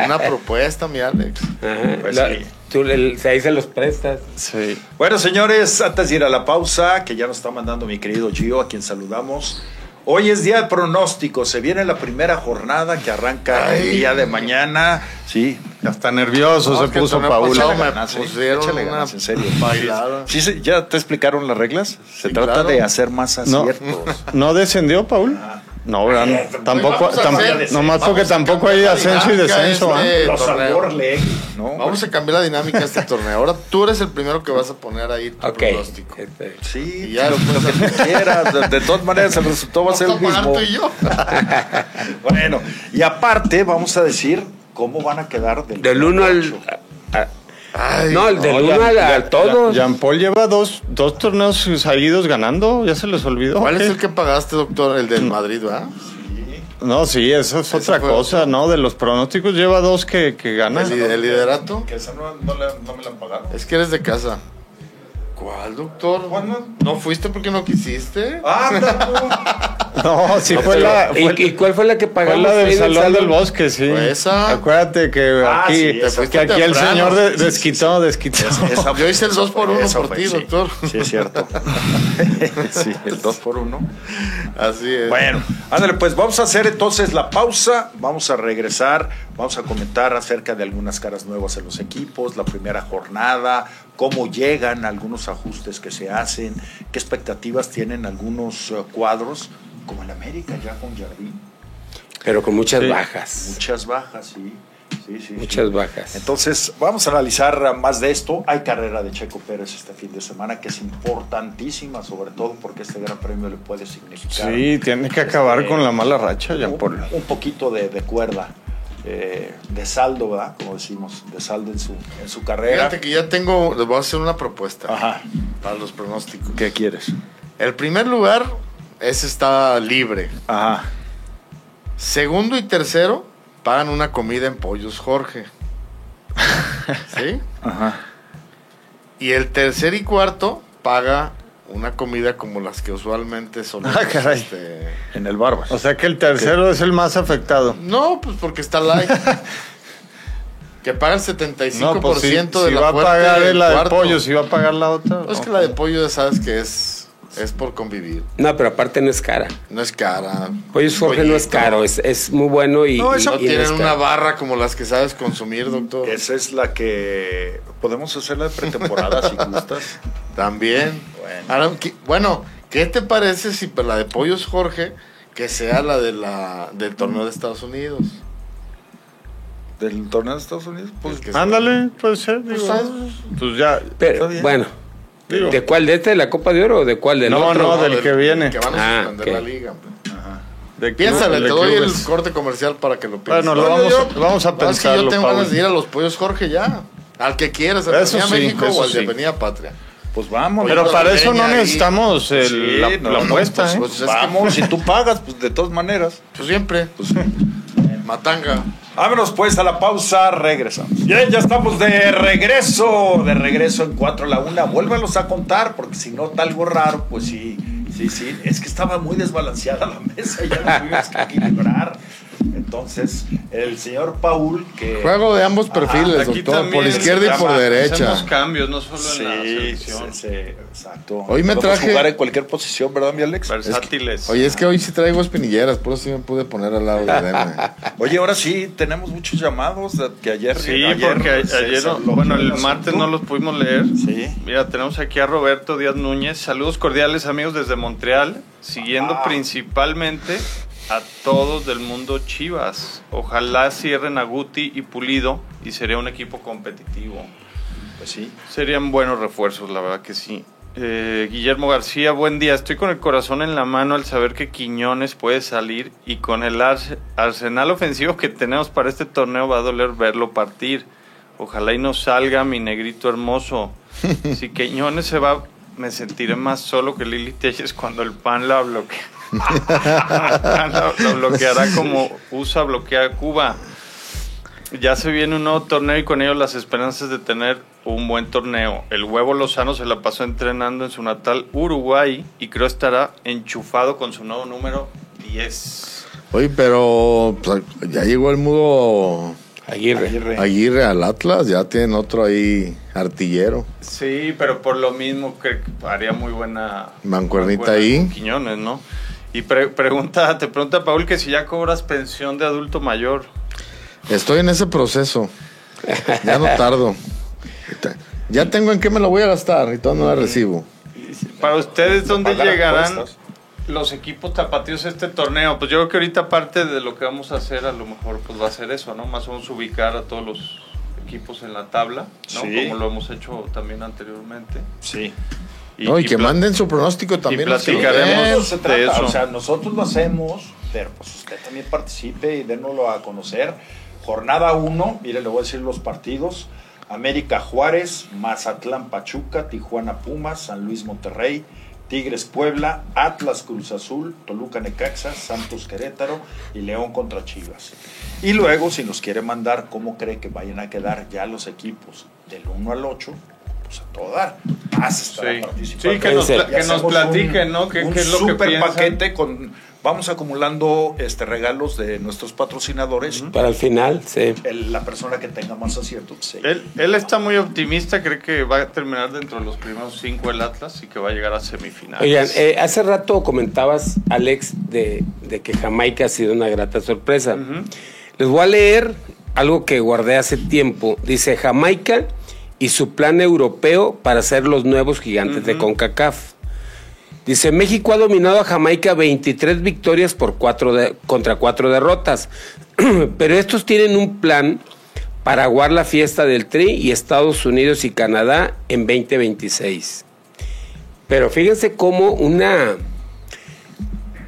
una propuesta, mi Alex.
Ajá,
Pues
la-
sí.
tú le- ahí se los prestas.
Sí.
Bueno, señores, antes de ir a la pausa, que ya nos está mandando mi querido Gio, a quien saludamos. Hoy es día de pronóstico, se viene la primera jornada que arranca el
Ay.
día de mañana. Sí,
Ya está nervioso,
No,
se
es que el
puso
torneo
Paul.
pasado
Échale
me
ganas, ¿eh?
pusieron
Échale
una
ganas, en serio.
bailada.
Sí, sí, ¿Ya te explicaron las reglas? Se
Sí,
trata
claro.
de hacer más
No.
aciertos.
¿No descendió, Paul? No, ¿verdad? No. Tampoco,
Ah. Vamos a
tam-
hacer-
nomás
vamos
porque
a
tampoco hay
cambiar la
ascenso y
dinámica
descenso. ¿ah?
este
Los
torneo.
Alborleg, ¿no?
Vamos a cambiar la dinámica de este torneo. Ahora tú eres el primero que vas a poner ahí tu
Ok.
pronóstico.
Este,
Sí,
Y ya
lo,
después-
lo que quieras. De, de todas maneras, el resultado va a
Vamos
ser
a
el
pagar
mismo.
tú y yo.
Bueno, y aparte, vamos a decir cómo van a quedar del,
Del 1 al.
ocho.
a- a-
Ay,
no, el del
No,
1
Jean-
al,
Jean-
al todo.
Jean Paul lleva dos, dos torneos seguidos ganando, ya se les olvidó.
¿Cuál es
¿Qué?
el que pagaste, doctor? El del Madrid, ¿verdad?
No, sí, eso es
Ese
otra
fue
cosa,
otro.
¿no? De los pronósticos lleva dos que, que ganan.
El, li- el liderato.
Que esa no, no la- no me la han pagado.
Es que eres de casa. ¿Cuál, doctor?
¿Cuándo?
¿No fuiste porque no quisiste?
Ah,
No, sí fue la,
¿Y,
fue,
y cuál fue la que
fue
pagamos?
la
ahí
del
en el
Salón del Bosque, sí.
Fue esa.
Acuérdate que
Ah, sí,
aquí,
esa
fue
que aquí el
temprano.
señor de-
Sí, sí,
desquitó, desquitó.
esa-
Yo hice el dos por uno
esa
por
fue,
ti,
sí.
doctor.
Sí, es cierto. sí, el 2 por 1
Así es.
Bueno, ándale, pues vamos a hacer entonces la pausa, vamos a regresar, vamos a comentar acerca de algunas caras nuevas en los equipos, la primera jornada, cómo llegan algunos ajustes que se hacen, qué expectativas tienen algunos eh, cuadros, como el América ya con Jardín,
Pero con muchas
Sí.
bajas.
muchas bajas, sí. Sí, sí, sí.
Muchas bajas.
Entonces, vamos a analizar más de esto. Hay carrera de Checo Pérez este fin de semana que es importantísima, sobre todo porque este gran premio le puede significar este,
Sí, tiene que acabar con la mala racha, Jean Paul.
un, un poquito de, de cuerda, eh, de saldo, ¿verdad? Como decimos, de saldo en su, en su carrera.
Fíjate que ya tengo, les voy a hacer una propuesta
Ajá.
para los pronósticos.
¿Qué quieres?
El primer lugar, ese está libre.
Ajá.
Segundo y tercero, pagan una comida en Pollos Jorge. ¿Sí?
Ajá.
Y el tercer y cuarto paga una comida como las que usualmente son.
Ah, caray.
este,
En el Barbas.
O sea que el tercero es el más afectado.
No, pues porque está light. que paga el 75%
No, pues si,
de
si
la
va a
puerta
pagar
del
la del
cuarto.
pollo, si va a pagar la otra.
No, es que
no. pues
la de pollo ya sabes que es, es por convivir.
No, pero aparte no es cara.
No es cara.
Oye, Jorge no es
Pollito.
caro, es, es muy bueno y.
No,
y-
eso
No
y
tienen
es
una
caro.
barra como las que sabes consumir, doctor.
Esa es la que podemos hacer la pretemporada si gustas.
También.
Bueno.
Ahora, ¿qué, bueno, ¿qué te parece si la de pollos Jorge que sea la de la del torneo de Estados Unidos?
Del torneo de Estados Unidos, pues
El que
Ándale, puede ser.
Pues,
digo,
¿sabes?
pues ya.
Está
Pero,
bien.
bueno,
Digo.
¿de cuál? ¿De este de la Copa de Oro o de cuál? ¿Del
No,
otro?
no, del que viene.
Que van a
Ah,
suspender
ok.
la liga. hombre.
de
Piénsale,
club-
te
de
doy
clubes.
el corte comercial para que lo pienses.
Bueno, lo vamos a- vamos a
no, es que
pensarlo,
yo tengo ganas
Paul.
de ir a los pollos Jorge ya. Al que quieras, al
Eso
Avenida
sí,
México
eso
o al de
sí.
Avenida Patria.
Pues vamos.
Oye,
Pero
pero
para eso no
Peña ahí.
necesitamos el-
Sí,
la,
no,
la
no,
apuesta,
pues,
¿eh?
pues, es que-
vamos, si tú pagas, pues de todas maneras.
Pues siempre. Matanga.
Vámonos pues a la pausa, regresamos. Bien, ya estamos de regreso, de regreso en 4 a la 1. Vuélvalos a contar, porque si nota algo raro, pues sí, sí, sí. Es que estaba muy desbalanceada la mesa, ya la tuvimos que equilibrar. Entonces, el señor Paul, que.
Juego de ambos
Ajá,
perfiles,
Ah, Aquí
doctor. pues, Por
también
izquierda
se
y por
llama-
derecha.
Hacemos cambios, no solo en la
Sí, sí,
selección.
sí, exacto.
Hoy me
Podemos
traje-
jugar en cualquier posición, ¿verdad, mi Alex?
Versátiles.
Oye, es que hoy sí traigo espinilleras, por eso sí me pude poner al lado de Deme.
Oye, ahora sí, tenemos muchos llamados de- que ayer.
Sí,
ayer
porque
se-
ayer,
se habló
bueno,
del
el
asunto.
martes no los pudimos leer.
Sí.
Mira, tenemos aquí a Roberto Díaz Núñez. Saludos cordiales, amigos, desde Montreal, siguiendo
Ah.
principalmente a todos del mundo Chivas. Ojalá cierren a Guti y Pulido y sería un equipo competitivo.
Pues sí.
Serían buenos refuerzos, la verdad que sí. Eh, Guillermo García, buen día. Estoy con el corazón en la mano al saber que Quiñones puede salir y con el arse- arsenal ofensivo que tenemos para este torneo va a doler verlo partir. Ojalá y no salga mi negrito hermoso. Si Queñones se va, me sentiré más solo que Lili Telles cuando el pan la bloquea. la, la bloqueará como USA bloquea a Cuba. Ya se viene un nuevo torneo y con ello las esperanzas de tener un buen torneo. El huevo Lozano se la pasó entrenando en su natal Uruguay y creo estará enchufado con su nuevo número 10.
Oye, pero pues, ya llegó el mudo
Aguirre.
Aguirre.
Aguirre al Atlas, ya tienen otro ahí artillero.
Sí, pero por lo mismo creo que haría muy buena
Mancuernita
buena
ahí.
con Quiñones, ¿no? Y pre- pregunta, te pregunta Paul que si ya cobras pensión de adulto mayor.
Estoy en ese proceso. Ya no tardo. Ya tengo en qué me la voy a gastar y todavía no la recibo.
Para ustedes, ¿dónde
Pagar
llegarán
apuestas.
los equipos tapatíos a este torneo? Pues yo creo que ahorita parte de lo que vamos a hacer, a lo mejor pues va a ser eso, ¿no? Más vamos a ubicar a todos los equipos en la tabla, ¿no?
Sí.
Como lo hemos hecho también anteriormente.
Sí.
No, y que
pla-
manden su pronóstico también. los que
platicaremos.
ven.
Eso se trata,
de eso.
O sea, nosotros lo hacemos, pero pues usted también participe y dénoslo a conocer. Jornada 1, mire, le voy a decir los partidos. América Juárez, Mazatlán Pachuca, Tijuana Pumas, San Luis Monterrey, Tigres Puebla, Atlas Cruz Azul, Toluca Necaxa, Santos Querétaro y León contra Chivas. Y luego, si nos quiere mandar cómo cree que vayan a quedar ya los equipos del 1 al 8, pues a todo dar. Más estará
Sí.
participando.
Sí, que nos
Y
pla- que nos
hacemos
platiquen,
un-
¿no? ¿Qué-
un
qué es lo que
super
piensan?
paquete con vamos acumulando este regalos de nuestros patrocinadores.
Para el final, sí.
El- la persona que tenga más acierto. pues, sí.
Él, él está muy optimista, cree que va a terminar dentro de los primeros cinco el Atlas y que va a llegar a semifinales.
Oigan, eh, hace rato comentabas, Alex, de, de que Jamaica ha sido una grata sorpresa.
Ujú.
Les voy a leer algo que guardé hace tiempo. Dice Jamaica y su plan europeo para ser los nuevos gigantes de CONCACAF. Dice, México ha dominado a Jamaica 23 victorias por cuatro de- contra 4 derrotas. Pero estos tienen un plan para aguar la fiesta del Tri y Estados Unidos y Canadá en 2026. Pero fíjense cómo una,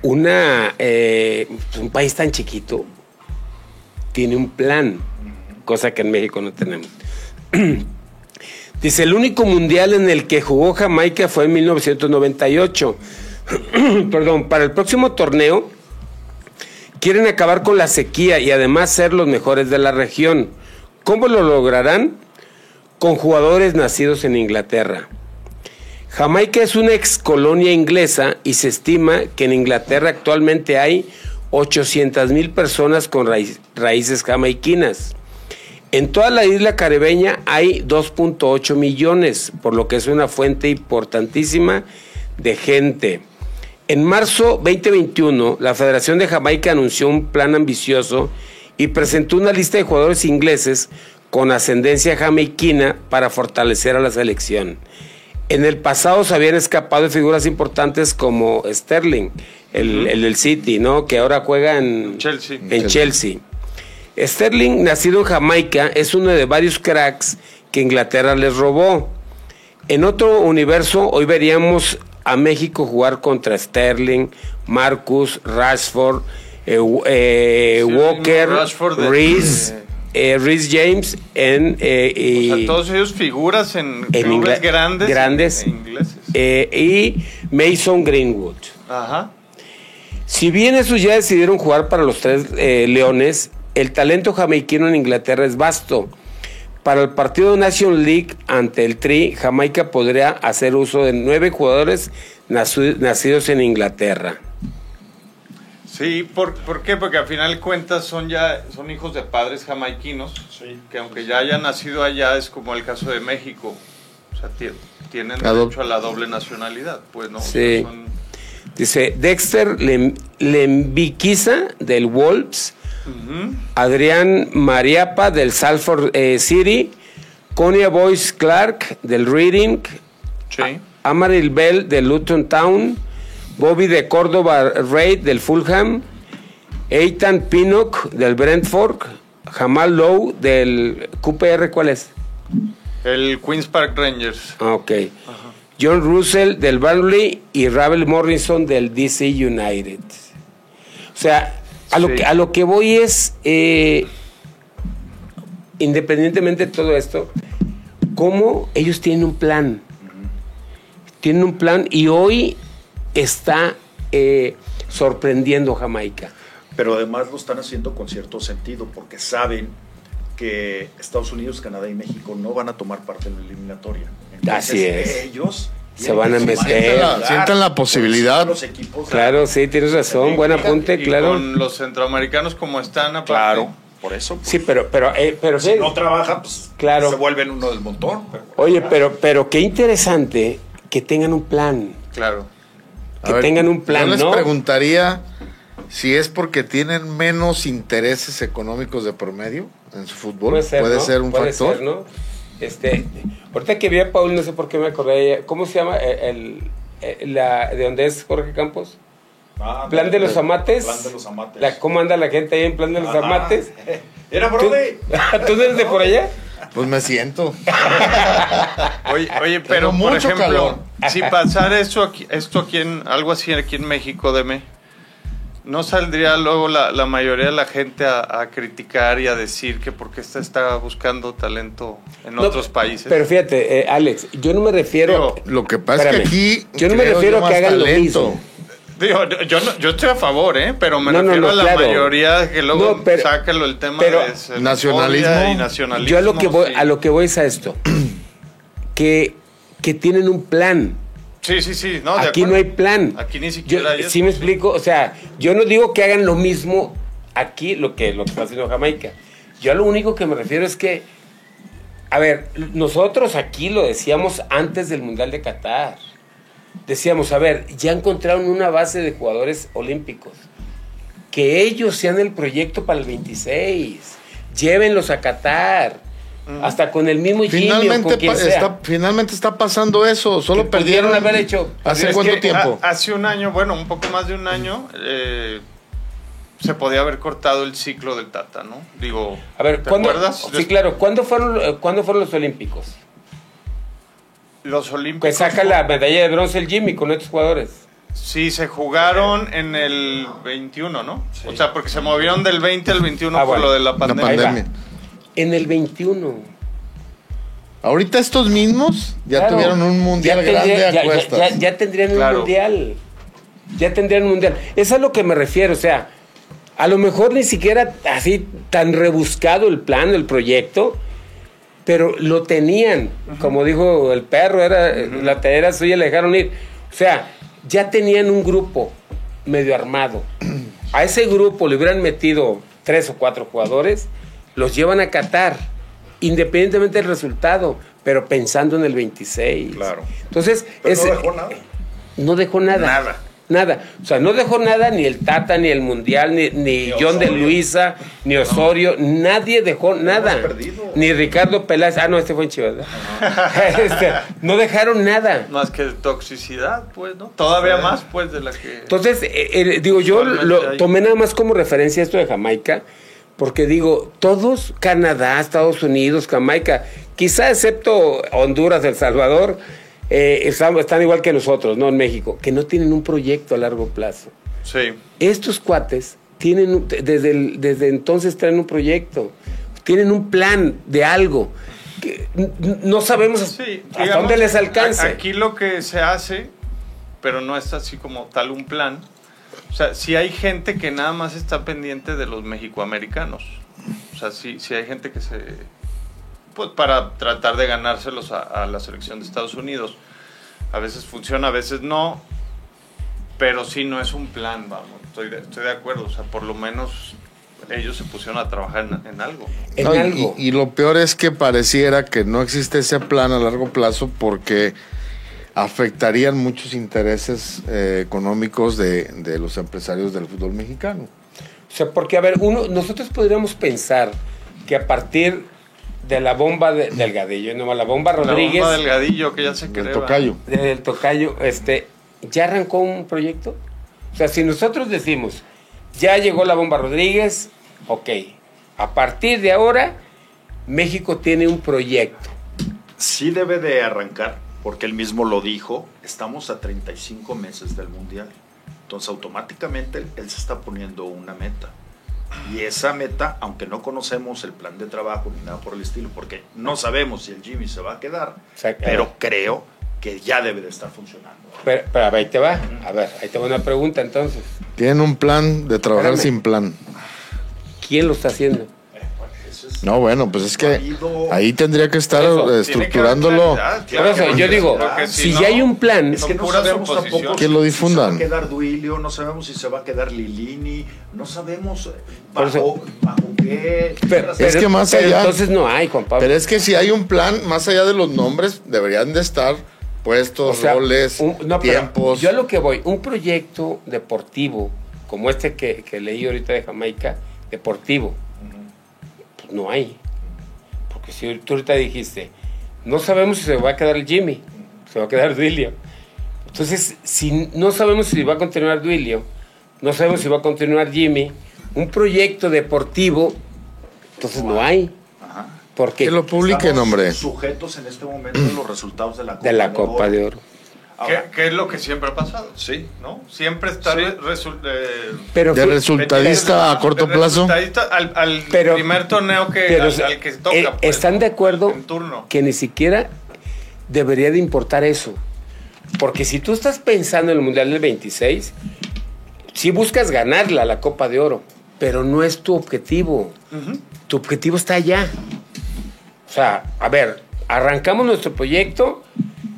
una, eh, un país tan chiquito tiene un plan, cosa que en México no tenemos. Dice, el único mundial en el que jugó Jamaica fue en 1998. Perdón, para el próximo torneo quieren acabar con la sequía y además ser los mejores de la región. ¿Cómo lo lograrán? Con jugadores nacidos en Inglaterra. Jamaica es una ex colonia inglesa y se estima que en Inglaterra actualmente hay 800 mil personas con raí- raíces jamaiquinas. En toda la isla caribeña hay 2.8 millones, por lo que es una fuente importantísima de gente. En marzo 2021, la Federación de Jamaica anunció un plan ambicioso y presentó una lista de jugadores ingleses con ascendencia jamaiquina para fortalecer a la selección. En el pasado se habían escapado figuras importantes como Sterling, el, el del City, ¿no? Que ahora juega en
Chelsea.
En Chelsea. Sterling, nacido en Jamaica, es uno de varios cracks que Inglaterra les robó. En otro universo, hoy veríamos a México jugar contra Sterling, Marcus, Rashford, eh, w- eh,
Sí,
Walker,
Rashford de-
Reese, eh, Reese James en, eh, y-
O sea, Pues todos ellos figuras en, clubes
Ingla-
grandes,
grandes.
e ingleses.
eh, y Mason Greenwood.
Ajá.
Si bien esos ya decidieron jugar para los tres eh, leones, el talento jamaiquino en Inglaterra es vasto. Para el partido de Nation League ante el Tri, Jamaica podría hacer uso de nueve jugadores nacu- nacidos en Inglaterra.
Sí, ¿por, por qué? Porque al final de cuentas son ya son hijos de padres jamaiquinos, que aunque ya hayan nacido allá es como el caso de México, o sea, tie- tienen
Adop-
derecho a la doble nacionalidad, pues no. O sea,
Sí.
son-
Dice Dexter Lem- Lembiquiza del Wolves,
Ujú.
Adrián Mariapa del Salford eh, City, Conia Boyce Clark del Reading,
Sí.
Amaril Bell de Luton Town, Bobby de Córdoba Reid del Fulham, Eitan Pinnock del Brentford, Jamal Lowe del QPR, ¿cuál es?
El Queens Park Rangers.
Ah, ok. John Russell del Burnley y Ravel Morrison del DC United. O sea, a lo,
Sí.
que, a lo que voy es, eh, independientemente de todo esto, cómo ellos tienen un plan. Tienen un plan y hoy está eh, sorprendiendo Jamaica.
Pero además lo están haciendo con cierto sentido, porque saben que Estados Unidos, Canadá y México no van a tomar parte en la eliminatoria.
Así es.
Ellos
Se van a meter.
Sientan
Sientan la posibilidad.
Los equipos
Claro, sí, tienes razón, buen apunte,
Y
claro.
Con los centroamericanos como están, aparte.
Claro, por eso. pues,
Sí, pero, pero, eh, pero
si
sí.
no trabaja, pues
Claro.
se vuelven uno del montón. pero bueno.
Oye, pero, pero qué interesante que tengan un plan.
Claro.
A
Que
ver,
tengan un plan,
Yo les
¿no?
preguntaría si es porque tienen menos intereses económicos de promedio en su fútbol. Puede ser,
¿no?
un
Puede
factor.
ser, ¿no? Este, ahorita que vi a Paul, no sé por qué me acordé. de ella. ¿Cómo se llama Eh, el, el- la, de dónde es Jorge Campos?
Ah,
Plan de los amates.
Plan de los amates.
La, ¿Cómo anda la gente ahí en Plan de los
Ajá.
amates?
Era
¿Tú,
brother.
¿Tú no eres de por allá?
Pues me siento.
Oye, oye, pero
mucho
por ejemplo,
calor.
si pasara esto aquí, esto aquí en algo así aquí en México, deme, ¿no saldría luego la, la mayoría de la gente a, a criticar y a decir que porque esta está buscando talento en
No,
otros países?
Pero fíjate, eh, Alex, yo no me
Digo,
refiero.
Lo que pasa
Espérame.
es que aquí.
Yo no me
creo
refiero a que
más
hagan lo
talento.
mismo.
Digo, yo- yo, no- yo estoy a favor, ¿eh? Pero me
No, no,
refiero
no,
a la
claro.
mayoría que luego
No, pero-
sácalo el tema
pero-
de xenofobia
Nacionalismo.
y nacionalismo.
Yo a lo que voy,
sí.
a lo que voy es a esto. que, que tienen un plan.
Sí, sí, sí. No, de
Aquí no hay
acuerdo.
plan.
Aquí ni siquiera hay
Yo,
eso,
sí me
sí.
explico, o sea, yo no digo que hagan lo mismo aquí lo que lo que está haciendo Jamaica. Yo a lo único que me refiero es que a ver, nosotros aquí lo decíamos antes del Mundial de Qatar. Decíamos, a ver, ya encontraron una base de jugadores olímpicos. Que ellos sean el proyecto para el 26. Llévenlos a Qatar.
Mm.
Hasta con el mismo Jimmy o
Finalmente,
con quien
pa-
sea.
está, finalmente está pasando eso. Solo
Que
perdieron.
pudieron haber hecho. ah,
¿Hace
Es
cuánto
que
tiempo?
ha- hace un año, bueno, un poco más de un año, eh, se podía haber cortado el ciclo del Tata, ¿no? Digo,
A ver,
¿te
¿cuándo,
acuerdas?
Sí, claro. ¿Cuándo fueron, eh, ¿cuándo fueron los Olímpicos?
Los
Que
Olímpicos.
saca la medalla de bronce el Jimmy con estos jugadores.
Sí, se jugaron en el 21, ¿no? O sea, porque se movieron del 20 al 21
Ah,
por
bueno.
lo de la
La
pandemia.
pandemia.
En el 21.
Ahorita estos mismos ya
Claro.
tuvieron un mundial
Ya tendría-
grande a
ya- ya-
cuestas.
Ya, ya tendrían
Claro.
un mundial. Ya tendrían un mundial. Es a lo que me refiero, o sea, a lo mejor ni siquiera así tan rebuscado el plan, el proyecto, pero lo tenían. Como dijo el perro, era la tarea suya, le dejaron ir. O sea, ya tenían un grupo medio armado. A ese grupo le hubieran metido tres o cuatro jugadores, los llevan a Qatar, independientemente del resultado, pero pensando en el 26.
Claro.
Entonces,
Pero
ese-
no dejó nada.
no dejó nada.
Nada.
Nada. O sea, no dejó nada ni el Tata, ni el Mundial, ni, ni
Ni
John de
Osorio.
Luisa, ni Osorio. Nadie dejó nada.
perdido.
Ni Ricardo Peláez. Ah, no, este fue en Chivas. ¿verdad? Este, no dejaron nada.
Más que toxicidad, pues, ¿no? Todavía más, pues, de la que...
Entonces, eh, eh, digo, yo
Usualmente
lo
hay-
tomé nada más como referencia esto de Jamaica, porque digo, todos, Canadá, Estados Unidos, Jamaica, quizá excepto Honduras, El Salvador, eh, están, están igual que nosotros, ¿no? En México, que no tienen un proyecto a largo plazo.
Sí.
Estos cuates tienen, un- desde, el- desde entonces traen un proyecto, tienen un plan de algo. Que n- n- no sabemos
Sí,
hasta
digamos,
dónde les
a-
alcance.
Aquí lo que se hace, pero no es así como tal un plan. O sea, si hay gente que nada más está pendiente de los mexicoamericanos. O sea, si, hay gente que se. Pues para tratar de ganárselos a, a la selección de Estados Unidos. A veces funciona, a veces no. Pero sí no es un plan, vamos. Estoy de, estoy de acuerdo. O sea, por lo menos ellos se pusieron a trabajar en, en algo.
en
No, y-
algo.
Y, lo peor es que pareciera que no existe ese plan a largo plazo porque afectarían muchos intereses eh, económicos de, de los empresarios del fútbol mexicano.
O sea, porque, a ver, uno, nosotros podríamos pensar que a partir de la bomba de- Delgadillo, no, la bomba Rodríguez,
La bomba delgadillo que ya se
Del
cree.
tocayo.
de- del Tocayo, este, ¿ya arrancó un proyecto? O sea, si nosotros decimos, ya llegó la bomba Rodríguez, ok, a partir de ahora, México tiene un proyecto.
Sí debe de arrancar, porque él mismo lo dijo, estamos a 35 meses del Mundial. Entonces automáticamente él se está poniendo una meta. Y esa meta, aunque no conocemos el plan de trabajo ni nada por el estilo, porque no sabemos si el Jimmy se va a quedar,
Exacto.
pero creo que ya debe de estar funcionando.
Pero, pero a ver, ahí te va. A ver, ahí te va una pregunta entonces.
Tienen un plan de trabajar
Espérame.
sin plan.
¿Quién lo está haciendo?
Eh, bueno, eso es-
No, bueno, pues es
Ha
que
habido-
ahí tendría que estar
Eso,
eh,
Tiene que
estructurándolo.
haber claridad,
Por
tiene que
eso,
haber
yo digo,
claridad, porque
si, ya hay un plan,
Es que no
puras
sabemos
suposiciones.
tampoco
Que lo difundan.
si se va a quedar Duilio, no sabemos si se va a quedar Lilini, no sabemos eh,
Por
bajo,
eso-
bajo qué.
pero-
tierras-
Es
pero-
que más
pero
allá-
Entonces no hay, Juan Pablo.
Pero es que si hay un plan, más allá de los nombres, deberían de estar puestos,
O sea,
roles,
un- no, pero
tiempos.
Yo a lo que voy, un proyecto deportivo, como este que, que leí ahorita de Jamaica, deportivo, pues no hay. Porque si tú ahorita dijiste, no sabemos si se va a quedar el Jimmy, se va a quedar Duilio. Entonces, si no sabemos si va a continuar Duilio, no sabemos si va a continuar Jimmy, un proyecto deportivo, entonces no hay.
Ajá.
Porque
que lo publiquen,
Estamos
hombre.
Sujetos en este momento a los resultados de la Copa
de la Copa de Oro.
Ahora,
¿Qué, qué es lo que siempre ha pasado? Sí, ¿no? Siempre está re- resul- eh,
Pero
De
fí-
resultadista a corto
el
plazo.
resultadista Al, al
Pero-
primer torneo que,
Pero,
al-
o sea,
al que se toca.
eh,
pues,
están de acuerdo
En turno.
que ni siquiera debería de importar eso. Porque si tú estás pensando en el Mundial del 26, si buscas ganarla, la Copa de Oro, pero no es tu objetivo. Tu objetivo está allá. O sea, a ver, arrancamos nuestro proyecto,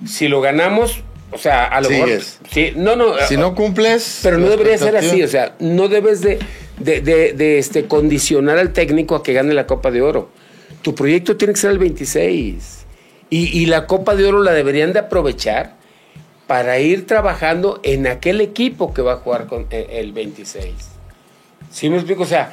si lo ganamos, o sea, a lo mejor...
Sigues.
Sí, no, no,
Si no cumples.
pero no
la
debería ser así,
expectativa-
o sea, no debes de, de- de- de, este, condicionar al técnico a que gane la Copa de Oro. Tu proyecto tiene que ser el 26. Y, y la Copa de Oro la deberían de aprovechar para ir trabajando en aquel equipo que va a jugar con e- el 26. ¿Sí me explico? O sea,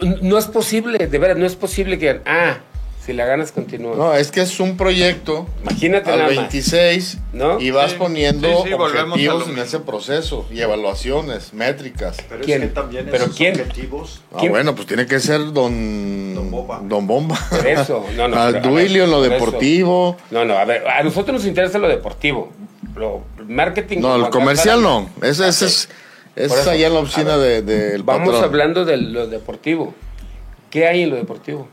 n- no es posible, de verdad, no es posible que, ah, si la ganas continúa.
No, es que es un proyecto
Imagínate
al
nada más.
26
¿no?
y vas
Sí.
poniendo
Sí, sí, volvemos a lo
objetivos en
mismo.
ese proceso y evaluaciones, métricas.
pero
¿quién?
es que también
¿Pero
esos
quién?
objetivos.
Ah,
¿Quién?
bueno, pues tiene que ser don.
Don Bomba.
Don Bomba.
Por eso, no, no,
Al
pero, a
Duilio en lo
ver, por eso.
deportivo.
No, no, a ver, a nosotros nos interesa lo deportivo. Lo marketing.
No, el
contratar-
comercial no. Ese, ese es. ese
Ah, Por
es
eso.
allá en la
A
oficina de- del
Vamos
patrón.
hablando de lo deportivo. ¿Qué hay en lo deportivo?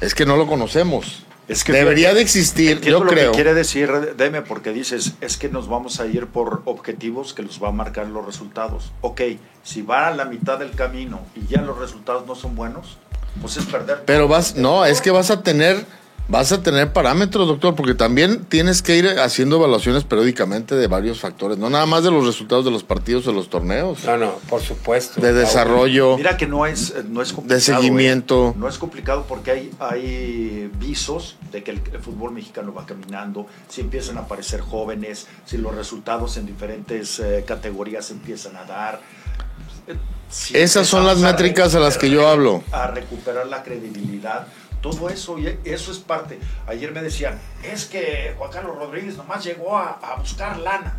Es que no lo conocemos.
Es que
Debería
fíjate,
de existir,
Entiendo
yo
lo
creo.
que quiere decir Deme, porque dices, es que nos vamos a ir por objetivos que los va a marcar los resultados. Ok, si va a la mitad del camino y ya los resultados no son buenos, pues es perder.
Pero vas, no, es que vas a tener, vas a tener parámetros, doctor, porque también tienes que ir haciendo evaluaciones periódicamente de varios factores, no nada más de los resultados de los partidos o los torneos,
No, no, por supuesto.
de
Raúl.
desarrollo.
Mira que no es, eh, no es complicado.
seguimiento.
eh. No es complicado porque hay, hay visos de que el, el fútbol mexicano va caminando, si empiezan a aparecer jóvenes, si los resultados en diferentes eh, categorías empiezan a dar. eh, si
Esas son las
empezamos
métricas a las que yo hablo.
a recuperar la credibilidad. Todo eso, y eso es parte. Ayer me decían, es que Juan Carlos Rodríguez nomás llegó a, a buscar lana.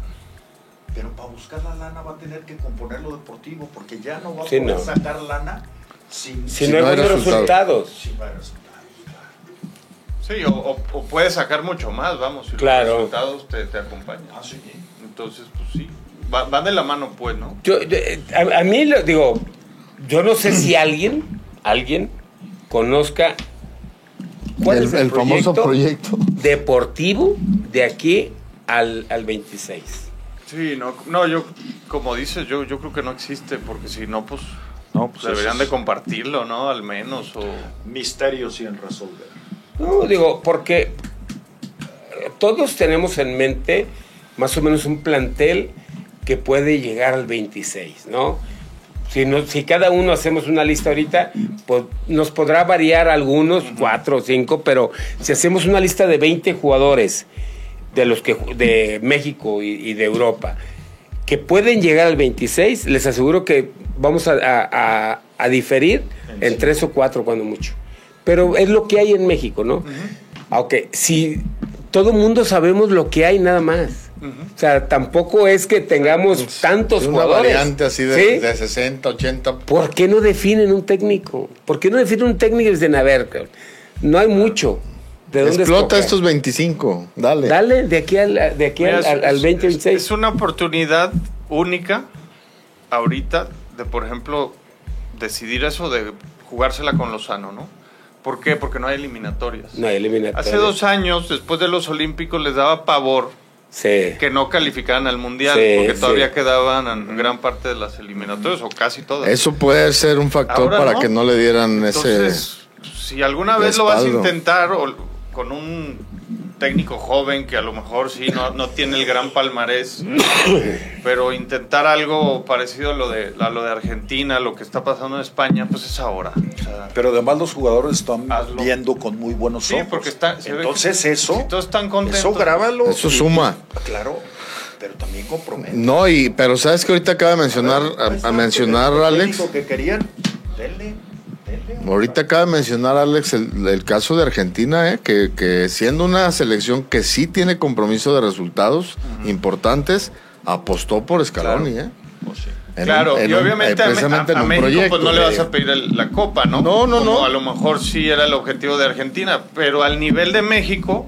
Pero para buscar la lana va a tener que componer lo deportivo, porque ya no va a
Sí,
poder
no.
sacar lana sin,
Si
Si
no hay
no hay
buenos
resultados.
resultados.
sin varios resultados.
Sí, o, o, o puedes sacar mucho más, vamos, si
Claro.
los resultados te, te acompañan.
Ah, sí.
Entonces, pues sí, va, va de la mano, pues, ¿no?
Yo, yo, eh, a, a mí, lo, digo, yo no sé si alguien, alguien conozca cuál
El,
es el,
el famoso proyecto.
deportivo de aquí al, al 26.
Sí, no, no yo, como dices, yo, yo creo que no existe, porque si no, pues,
No, pues
deberían
eso
de
es-
compartirlo, ¿no? Al menos, o...
Misterio sin resolver.
No, digo, porque eh, todos tenemos en mente más o menos un plantel que puede llegar al 26, ¿no? Si, no- si cada uno hacemos una lista ahorita, pues nos podrá variar algunos, cuatro o cinco, pero si hacemos una lista de 20 jugadores de los que ju- de México y, y de Europa que pueden llegar al 26, les aseguro que vamos a, a- a- a diferir
En
en
sí.
tres o cuatro cuando mucho. Pero es lo que hay en México, ¿no? Aunque si todo mundo sabemos lo que hay nada más. O sea, tampoco es que tengamos tantos
Una
jugadores.
variante así de,
¿sí?
de 60, 80.
¿Por qué no definen un técnico? ¿Por qué no definen un técnico y dicen, a ver, cabrón, no hay mucho? ¿De dónde
Explota
escoger?
estos 25. Dale.
Dale, de aquí al, de aquí
Mira,
al,
es-
al- al
es-
2026.
Es, una oportunidad única ahorita de, por ejemplo, decidir eso de jugársela con Lozano, ¿no? ¿Por qué? Porque no hay eliminatorias.
No hay eliminatoria.
Hace dos años, después de los Olímpicos, les daba pavor
Sí.
que no calificaran al Mundial,
Sí,
porque
sí.
todavía quedaban en gran parte de las eliminatorias, o casi todas.
Eso puede ser un factor
Ahora
para
no.
que no le dieran ese.
Entonces, si alguna vez lo vas a
respaldo.
intentar o- con un técnico joven que a lo mejor sí no, no tiene el gran palmarés, pero intentar algo parecido a lo, de, a lo de Argentina, lo que está pasando en España, pues es ahora. O sea,
Pero además los jugadores están
Hazlo.
viendo con muy buenos
Sí,
ojos.
porque está- se ve-
Entonces eso,
si todos están contentos.
eso grábalo.
Eso
y-
suma.
Claro, pero también compromete.
No, y pero sabes que ahorita acaba de mencionar a- a, mencionar Alex.
Lo que querían, dele, dele.
Ahorita acaba de mencionar Alex el, el caso de Argentina, ¿eh? que, que siendo una selección que sí tiene compromiso de resultados importantes, apostó por Scaloni, ¿eh?
Oh,
En
claro,
un- en
y
un-
obviamente
eh,
a,
precisamente
a-
en
a
un
México
proyecto,
pues no le
le
vas
digo.
a pedir el- la copa, ¿no?
No, no,
Como
no.
A lo mejor sí era el objetivo de Argentina, pero al nivel de México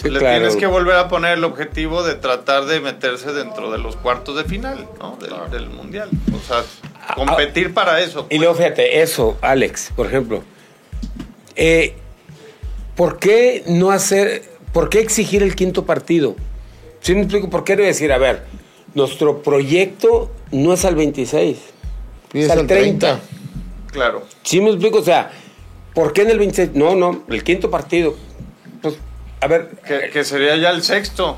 Sí,
le
claro.
tienes que volver a poner el objetivo de tratar de meterse dentro de los cuartos de final, ¿no? Del, del mundial, o sea, competir para eso.
Y luego fíjate, eso, Alex, por ejemplo. Eh, ¿Por qué no hacer, por qué exigir el quinto partido? Si me explico, ¿por qué no decir, a ver, nuestro proyecto no es al 26?
Y es
Hasta el
al 30.
Claro.
Sí me explico, o sea, ¿por qué en el 26? No, no, el quinto partido. Pues, a ver,
Que, que sería ya el sexto,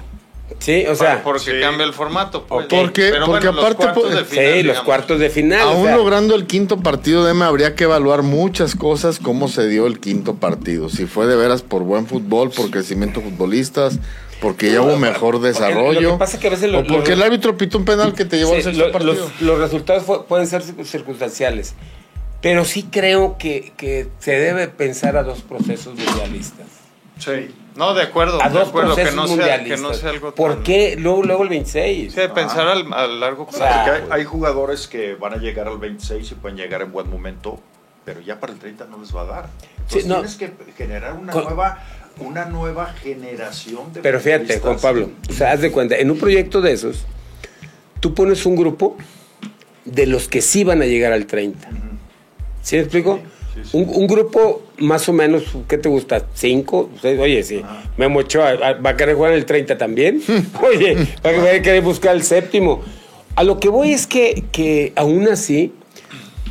sí, o
para-
sea,
porque
sí.
cambia el formato. pues.
Ok.
Porque- porque aparte,
los cuartos
pues,
de
sí,
final,
los
digamos.
cuartos de final. o
Aún
sea,
logrando el quinto partido, Deme, habría que evaluar muchas cosas, cómo se dio el quinto partido. Si fue de veras por buen fútbol, por crecimiento de futbolistas, porque ya hubo mejor
Porque lo que
desarrollo.
pasa es que a veces lo-
o porque
lo-
el árbitro pitó un penal que te llevó al
Sí,
sexto
lo-
partido.
los, los resultados fu- pueden ser cir- circunstanciales, pero sí creo que, que se debe pensar a dos procesos mundialistas.
Sí. No, de acuerdo,
A
de
dos
acuerdo, que
procesos
no, sea, que
mundialistas.
no sea algo
¿Por
tan-
qué luego, luego el 26?
Sí, de pensar al, a largo plazo.
sea,
Porque hay, hay jugadores que van a llegar al 26 y pueden llegar en buen momento, pero ya para el 30 no les va a dar. Entonces
Sí, no.
tienes que generar una
Con-
nueva una nueva generación de
Pero fíjate,
futbolistas.
Juan Pablo, o sea, haz de cuenta, en un proyecto de esos, tú pones un grupo de los que sí van a llegar al 30. ¿Sí me explico?
Sí, sí, sí.
Un, un grupo más o menos, ¿qué te gusta? ¿Cinco? Seis, Oye, sí. Memo Ochoa, ¿va va a querer jugar en el 30 también? Oye, va a querer- querer buscar el séptimo. A lo que voy es que, que aún así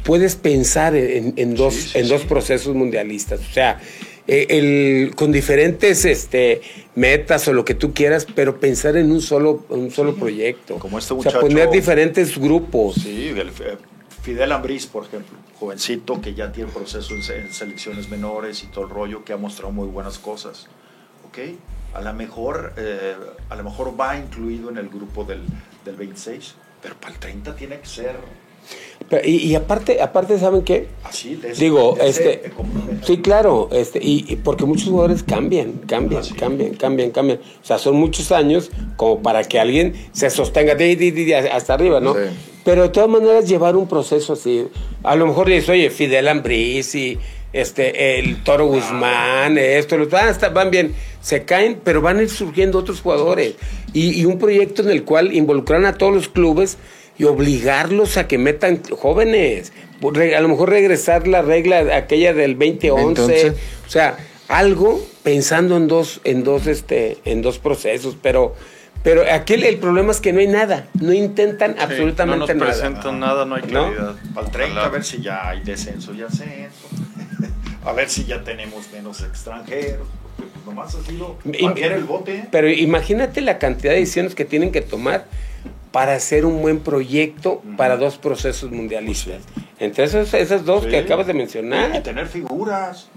puedes pensar en, en dos, en dos procesos mundialistas. O sea, eh, el, con diferentes este, metas o lo que tú quieras, pero pensar en un solo, en un solo proyecto.
Como este
O sea,
muchacho-
poner diferentes grupos.
Sí, el, eh, Fidel Ambriz, por ejemplo, jovencito que ya tiene proceso en, se- en selecciones menores y todo el rollo, que ha mostrado muy buenas cosas. ¿Ok? A lo mejor, eh, a lo mejor va incluido en el grupo del, del 26, pero para el 30 tiene que ser
Pero- y, y aparte, aparte, ¿saben qué?
así. de ese-
Digo,
de ese,
este,
eh, como-
sí, claro, este, y, y porque muchos jugadores cambian, cambian,
Así.
cambian, cambian, cambian. O sea, son muchos años como para que alguien se sostenga de, de- de- de hasta arriba, ¿no?
Sí.
Pero de todas maneras llevar un proceso así. A lo mejor dices, oye, Fidel Ambriz y este, el Toro Guzmán, esto, lo otro. Ah, está- van bien. Se caen, pero van a ir surgiendo otros jugadores. Y, y un proyecto en el cual involucran a todos los clubes y obligarlos a que metan jóvenes. Re- A lo mejor regresar la regla aquella del 2011.
2011.
O sea, algo pensando en dos, en dos, este, en dos procesos, pero, pero aquí el, el problema es que no hay nada, no intentan
Sí,
absolutamente
no nos
nada.
presentan nada, no hay
¿No?
claridad.
Para el 30,
Ojalá.
a ver si ya hay descenso y ascenso. A ver si ya tenemos menos extranjeros. Porque pues nomás ha sido
Y-
cualquiera el bote. ¿eh?
Pero imagínate la cantidad de decisiones que tienen que tomar para hacer un buen proyecto para dos procesos mundialistas. Entre esos, esas dos
Sí.
que acabas de
Y
mencionar.
tener figuras,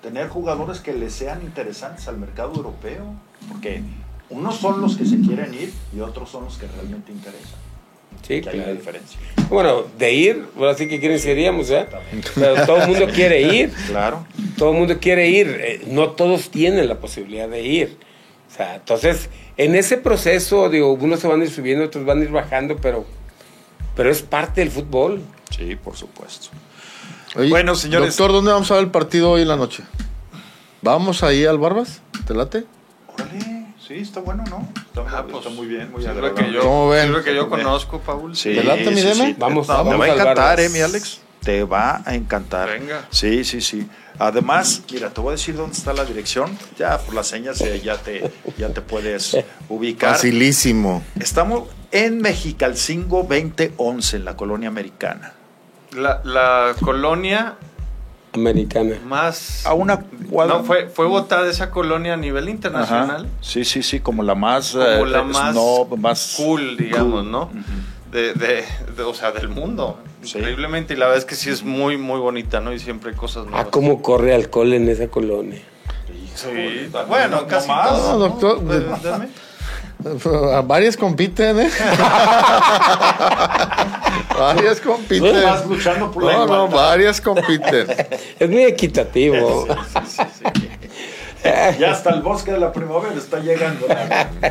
tener jugadores que le sean interesantes al mercado europeo. Porque unos son los que se quieren ir y otros son los que realmente interesan.
Sí,
Que hay una
claro.
diferencia.
Bueno, de ir, ahora sí que quieren seríamos, ¿eh? Pero todo el mundo quiere ir.
Claro.
todo el mundo quiere ir, eh, no todos tienen la posibilidad de ir. O sea, entonces, en ese proceso, digo, unos se van a ir subiendo, otros van a ir bajando, pero, pero es parte del fútbol.
Sí, por supuesto.
Oye,
Bueno, señores.
Doctor, ¿dónde vamos a ver el partido hoy en la noche? ¿Vamos ahí al Barbas? ¿Te late?
Órale, sí, está bueno, ¿no? Está,
Ah,
muy-
pues,
está muy bien, muy
es lo
agradable.
que yo,
¿Cómo ven?
es lo que yo conozco, Paul.
Sí,
¿Te late, mi
sí,
Deme?
sí.
Vamos,
Te-
vamos
te va a
al
encantar,
Barbas.
¿eh, mi Alex? Te va a encantar.
Venga.
Sí, sí, sí. Además, mira, te voy a decir dónde está la dirección. Ya por las señas eh, ya te, ya te puedes ubicar.
Facilísimo.
Estamos en Mexicalcingo 2011, en la colonia americana.
La, la colonia
Americana.
más.
A una cuadra.
No, fue, fue votada esa colonia a nivel
Ajá.
internacional.
Sí, sí, sí, como la más.
Como
eh,
la
es-
más,
no, más
cool, digamos,
cool.
¿no? de, de- de- o sea, del mundo.
Sí.
Increíblemente. Y la verdad es que sí es muy, muy bonita, ¿no? Y siempre hay cosas nuevas.
Ah, cómo corre alcohol en esa colonia.
Sí, bueno,
No
casi
más.
todo,
No,
¿no?
doctor.
Pues, dame.
A varias compiten, ¿eh? varias compiten.
Vas luchando por la
no, no,
igualdad.
varias compiten.
Es muy equitativo.
Ya hasta el bosque de la primavera está llegando.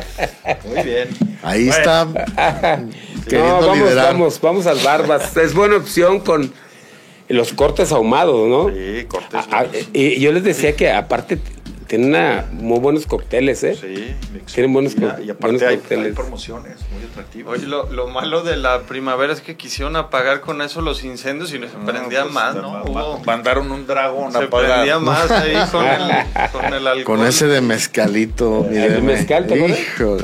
Muy bien.
Ahí
Bueno.
está queriendo
no, vamos,
liderar.
vamos, vamos al Barbas. es buena opción con los cortes ahumados, ¿no?
Sí, Cortés.
A- a- y yo les decía que aparte t- tiene una- muy buenos cócteles, ¿eh?
Sí, mix.
Tienen buenos co-
Y aparte
buenos
hay,
cócteles.
hay promociones muy atractivas.
Oye, lo, lo malo de la primavera es que quisieron apagar con eso los incendios y les
No,
prendía
pues,
más,
ma-
¿no?
ma-
Hubo-
Mandaron un dragón
se
a pagar.
prendía más ahí con el, con el alcohol.
Con ese de mezcalito. mi
el
Deme.
mezcal, ¿te acuerdas?
Hijo.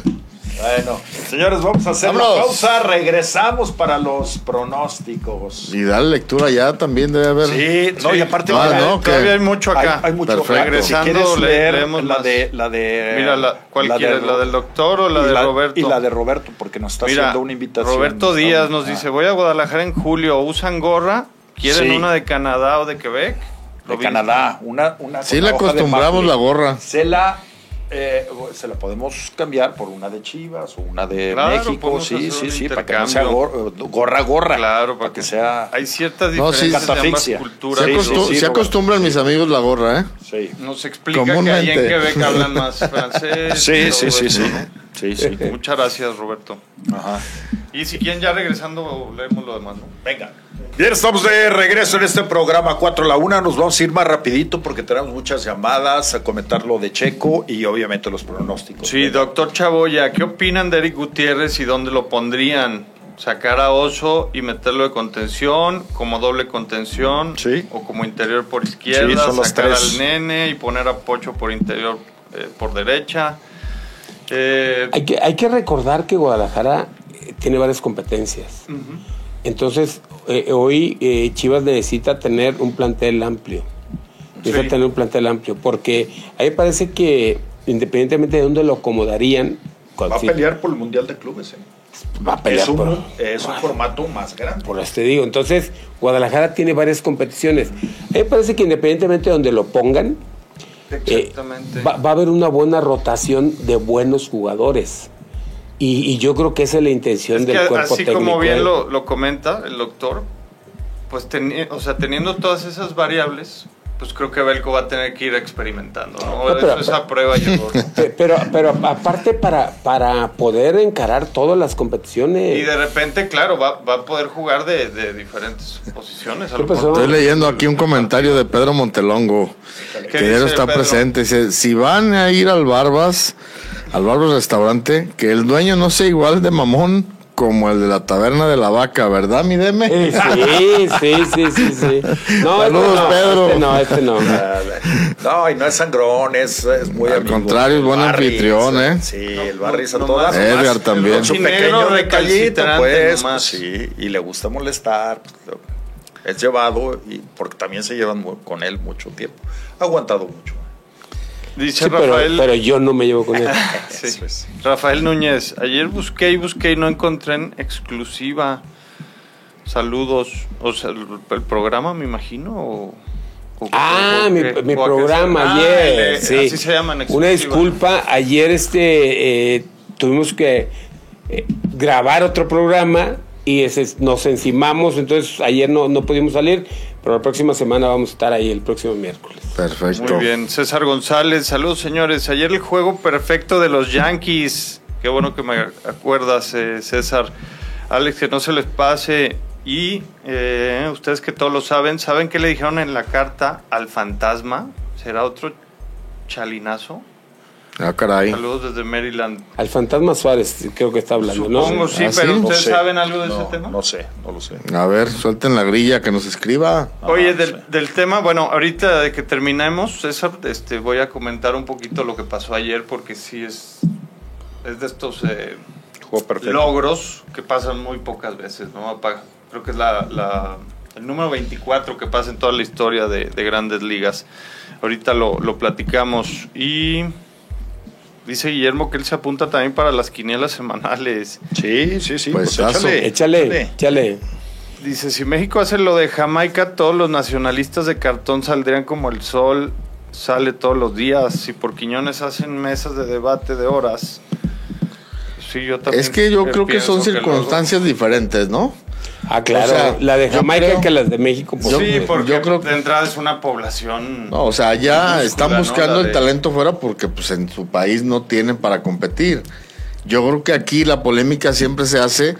Bueno, señores, vamos a hacer la
Vámonos.
pausa. Regresamos para los pronósticos.
Y dar lectura ya también debe haber.
Sí, no, y aparte
No,
Ah,
mira,
no,
hay-
que-
Todavía hay mucho acá.
hay, mucho
Perfecto.
regresando. Si
Regresando,
quieres
le-
leer
leemos
la
más.
de la de
Mira, la- ¿cuál quieres? ¿La
Ro-
del doctor o la
eh, y
de Roberto?
Y la de Roberto porque nos está
Mira,
haciendo una invitación.
Roberto Díaz nos
Ah.
dice, voy a Guadalajara en julio, ¿usan gorra? ¿Quieren
Sí.
una de Canadá o de Quebec?
de
Lo vi.
Canadá, una una
Sí
con
le
hoja de
acostumbramos
maple.
la gorra.
Se la eh, se la podemos cambiar por una de Chivas o una de
Claro,
México,
podemos
sí,
hacer
sí,
un
sí, para que no sea
intercambio.
gor- gorra gorra,
Claro, para
para que
que-
sea
Hay ciertas
No, sí,
diferencias de ambas
Catafixia.
culturas.
Se,
Sí,
acostu-
sí, sí,
se
Roberto.
acostumbran mis amigos la gorra, ¿eh?
sí.
Nos explica que
Comúnmente.
ahí en Quebec hablan más francés.
Sí,
y
sí,
todo
sí,
eso,
sí.
¿no?
Sí, sí.
Muchas gracias, Roberto.
Ajá.
Y si quieren, ya regresando, leemos lo demás, ¿no?
Venga. Bien, estamos de regreso en este programa 4 a la 1. Nos vamos a ir más rapidito porque tenemos muchas llamadas a comentar lo de Checo y obviamente los pronósticos.
Sí, doctor Chaboya, ¿qué opinan de Eric Gutiérrez y dónde lo pondrían? ¿Sacar a Oso y meterlo de contención, como doble contención?
Sí.
¿O como interior por izquierda?
Sí, son las
¿Sacar
tres.
al nene y poner a Pocho por interior eh, por derecha? Eh,
Hay que, hay que recordar que Guadalajara eh, tiene varias competencias. Entonces, eh, hoy eh, Chivas necesita tener un plantel amplio. Necesita
Sí.
tener un plantel amplio, porque ahí parece que independientemente de dónde lo acomodarían, con-
Va a
sí,
pelear por el Mundial de Clubes. ¿eh?
va a pelear
es un,
por- eh,
es un formato más grande.
Por eso te digo, entonces Guadalajara tiene varias competiciones. A mí me parece que independientemente de donde lo pongan, eh,
exactamente.
va, va a haber una buena rotación de buenos jugadores. Y, y yo creo que esa es la intención
Es que
del cuerpo
así
técnico.
como
¿eh?
bien lo, lo comenta el doctor, pues teni- o sea, teniendo todas esas variables, pues creo que Belco va a tener que ir experimentando, ¿no?
No, pero-
Eso es a prueba y error.
Pe- Pero, pero aparte para, para poder encarar todas las competiciones.
Y de repente, claro, va, va a poder jugar de, de diferentes posiciones. a lo
¿Qué pasó?
mejor.
Estoy leyendo aquí un comentario de Pedro Montelongo,
¿Qué
que ya
dice
está
Pedro?
presente. Dice, si van a ir al Barbas, al Barbas Restaurante, que el dueño no sea igual de mamón como el de la taberna de la vaca, ¿verdad, mi Deme?
Eh, Sí, sí, sí, sí, sí. No,
Saludos,
este no,
Pedro.
Este no, este no.
No, y no es sangrón, es, es muy
Al
amigo.
contrario, es buen
El Barry,
anfitrión, ¿eh?
Sí,
No,
el barrio es a
no
todas.
más.
Edgar también.
Con Su
Y
pequeño
negro
detallito,
recalcitrante
pues,
nomás.
pues, sí, y le gusta molestar. pues, Es llevado, y porque también se llevan mu- con él mucho tiempo. Ha aguantado mucho.
Dice
Sí, pero,
Rafael,
pero yo no me llevo con él.
Eso
sí.
es.
Pues, Rafael Núñez, ayer busqué y busqué y no encontré en exclusiva. Saludos, o sea, el, el programa me imagino. o- o-
Ah,
o
mi,
qué,
mi
o a qué
programa
se- Ah,
ayer.
el de-
sí.
Así se llama en exclusiva.
Una disculpa, ayer este eh, tuvimos que eh, grabar otro programa y ese- nos encimamos, entonces ayer no, no pudimos salir, pero la próxima semana vamos a estar ahí el próximo miércoles.
Perfecto.
Muy bien, César González, saludos señores. Ayer el juego perfecto de los Yankees. Qué bueno que me acuerdas, eh, César. Alex, que no se les pase. Y eh, ustedes que todos lo saben, ¿saben qué le dijeron en la carta al fantasma? ¿Será otro chalinazo?
Ah, caray.
Saludos desde Maryland.
Al fantasma Suárez, creo que está hablando, ¿no?
Supongo sí,
Ah,
pero
sí.
¿ustedes
No sé.
saben algo de
No,
ese tema?
No sé, no lo sé.
A ver, suelten la grilla que nos escriba.
Oye,
no
del,
sé.
del tema, bueno, ahorita de que terminemos, César, este, voy a comentar un poquito lo que pasó ayer, porque sí es, es de estos eh,
Jugó perfecto.
logros que pasan muy pocas veces, ¿no? Apa- Creo que es la, la- el número 24 que pasa en toda la historia de, de grandes ligas. Ahorita lo, lo platicamos y dice Guillermo que él se apunta también para las quinielas semanales.
Sí, sí, sí.
Pues, aso.
Échale, échale.
Dice, si México hace lo de Jamaica, todos los nacionalistas de cartón saldrían como el sol sale todos los días. Si por Quiñones hacen mesas de debate de horas. Sí, yo también.
Es que yo
eh,
creo que son
pienso luego-
circunstancias diferentes, ¿no?
Ah, claro.
O sea,
la de
yo
Jamaica
creo-
que las de México. pues,
Yo-
sí, porque
yo creo que-
de entrada es una población.
No, o sea, ya
minúscula,
están
¿no?
buscando
La
el
de-
talento fuera porque pues en su país no tienen para competir. Yo creo que aquí la polémica siempre se hace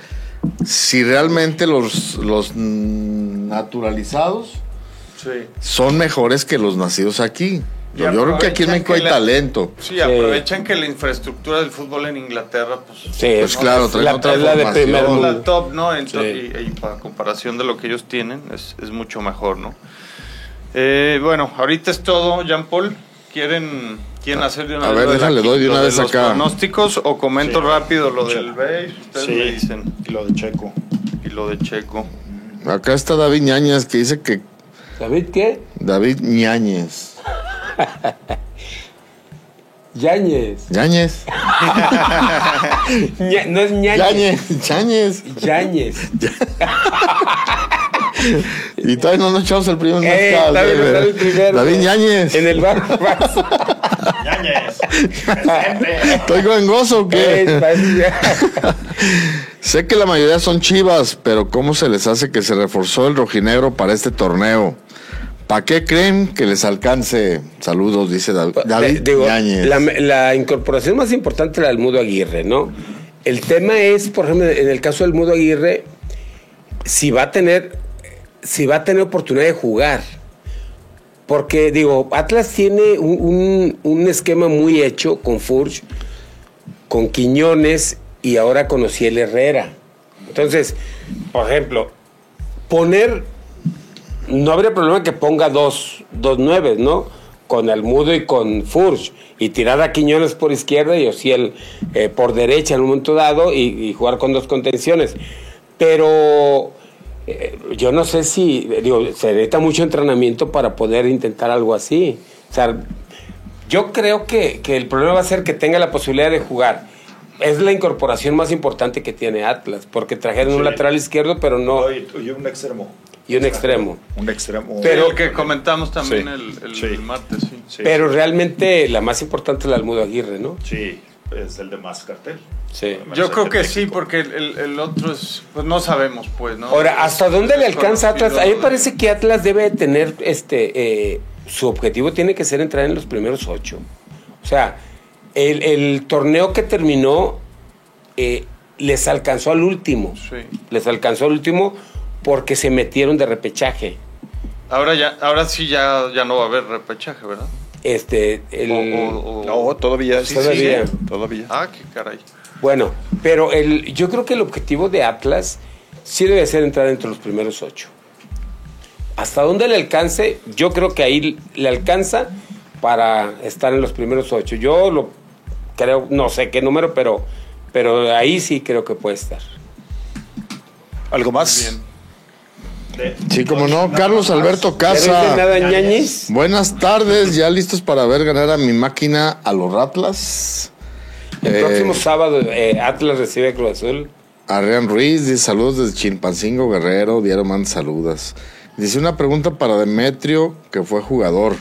si realmente los, los mm, naturalizados
Sí.
son mejores que los nacidos aquí.
Y
Yo, yo creo que aquí en
aprovechan
México
que
hay
la-
talento.
Sí, aprovechan que la infraestructura del fútbol en Inglaterra, pues.
Sí,
Pues claro, traen
la,
otra
es la de
formación.
primer
Pero-
es
mundo.
la top, ¿no? El top,
Sí.
y, y para comparación de lo que ellos tienen, es, es mucho mejor, ¿no? Eh, bueno, ahorita es todo, Jean Paul. ¿Quieren, quieren hacer de una
a
vez?
ver,
lo de la
déjale, doy de
quinto,
una vez
los
acá.
pronósticos o comento
Sí.
rápido lo
Sí.
del beige? Ustedes
Sí.
me dicen.
Y lo de Checo.
Y lo de Checo.
Acá está David Ñañez que dice que
¿David qué?
David Ñañez.
Yañez.
Ñañez.
Ña- no es Ñañez.
Ñañez. Ñañez.
Yañez.
Y todavía no nos echamos el primer
Eh,
mezcal,
David,
eh,
David primero.
David Ñañez.
En el bar.
Yañez.
¿Estoy gangoso o qué?
Eh, parece-
Sé que la mayoría son chivas, pero ¿cómo se les hace que se reforzó el rojinegro para este torneo? ¿Para qué creen que les alcance? Saludos, dice Dav- David
Eh, digo,
Ñañez.
la, la incorporación más importante era el Mudo Aguirre, ¿no? El tema es, por ejemplo, en el caso del Mudo Aguirre, si va a tener, si va a tener oportunidad de jugar. Porque, digo, Atlas tiene un, un- un esquema muy hecho con Furch, con Quiñones y ahora con Ociel Herrera. Entonces, por ejemplo, poner no habría problema que ponga dos, dos nueves, ¿no? Con Almudo y con Furch. Y tirar a Quiñones por izquierda y Ociel eh, por derecha en un momento dado y, y jugar con dos contenciones. Pero eh, yo no sé si, digo, se necesita mucho entrenamiento para poder intentar algo así. O sea, yo creo que, que el problema va a ser que tenga la posibilidad de jugar. Es la incorporación más importante que tiene Atlas, porque trajeron un
Sí.
lateral izquierdo, pero no.
Oye, y un extremo.
Y un extremo.
Un extremo.
Pero-
Pero, el que comentamos también
Sí.
el, el-
Sí.
el martes, sí.
Sí.
Pero realmente la más importante es la Almudo Aguirre, ¿no?
Sí, es el de más cartel.
Sí.
Yo creo que sí, porque el, el- el otro es, pues no sabemos, pues, ¿no?
Ahora, ¿hasta dónde le alcanza
Desconocido
Atlas? A mí me
de-
parece que Atlas debe tener, este, eh, su objetivo tiene que ser entrar en los primeros ocho. O sea, el, el torneo que terminó eh, les alcanzó al último.
Sí.
Les alcanzó al último porque se metieron de repechaje.
Ahora, ya, ahora sí ya, ya no va a haber repechaje, ¿verdad?
Este, el,
O- o- o-
No, todavía
Sí,
todavía.
sí, todavía.
Ah, qué caray.
Bueno, pero el, yo creo que el objetivo de Atlas sí debe ser entrar entre los primeros ocho. Hasta dónde le alcance, yo creo que ahí le alcanza para estar en los primeros ocho. Yo lo creo, no sé qué número, pero, pero ahí sí creo que puede estar.
¿Algo más?
Bien.
Sí, como no, Carlos Alberto
¿Ya no dice
Casa.
nada, ñañis?
Buenas tardes, ya listos para ver ganar a mi máquina a los Ratlas.
El
Eh,
próximo sábado eh, Atlas recibe a Cruz Azul.
Adrián Ruiz dice saludos desde Chilpancingo Guerrero, Diario Man saludas. Dice una pregunta para Demetrio, que fue jugador.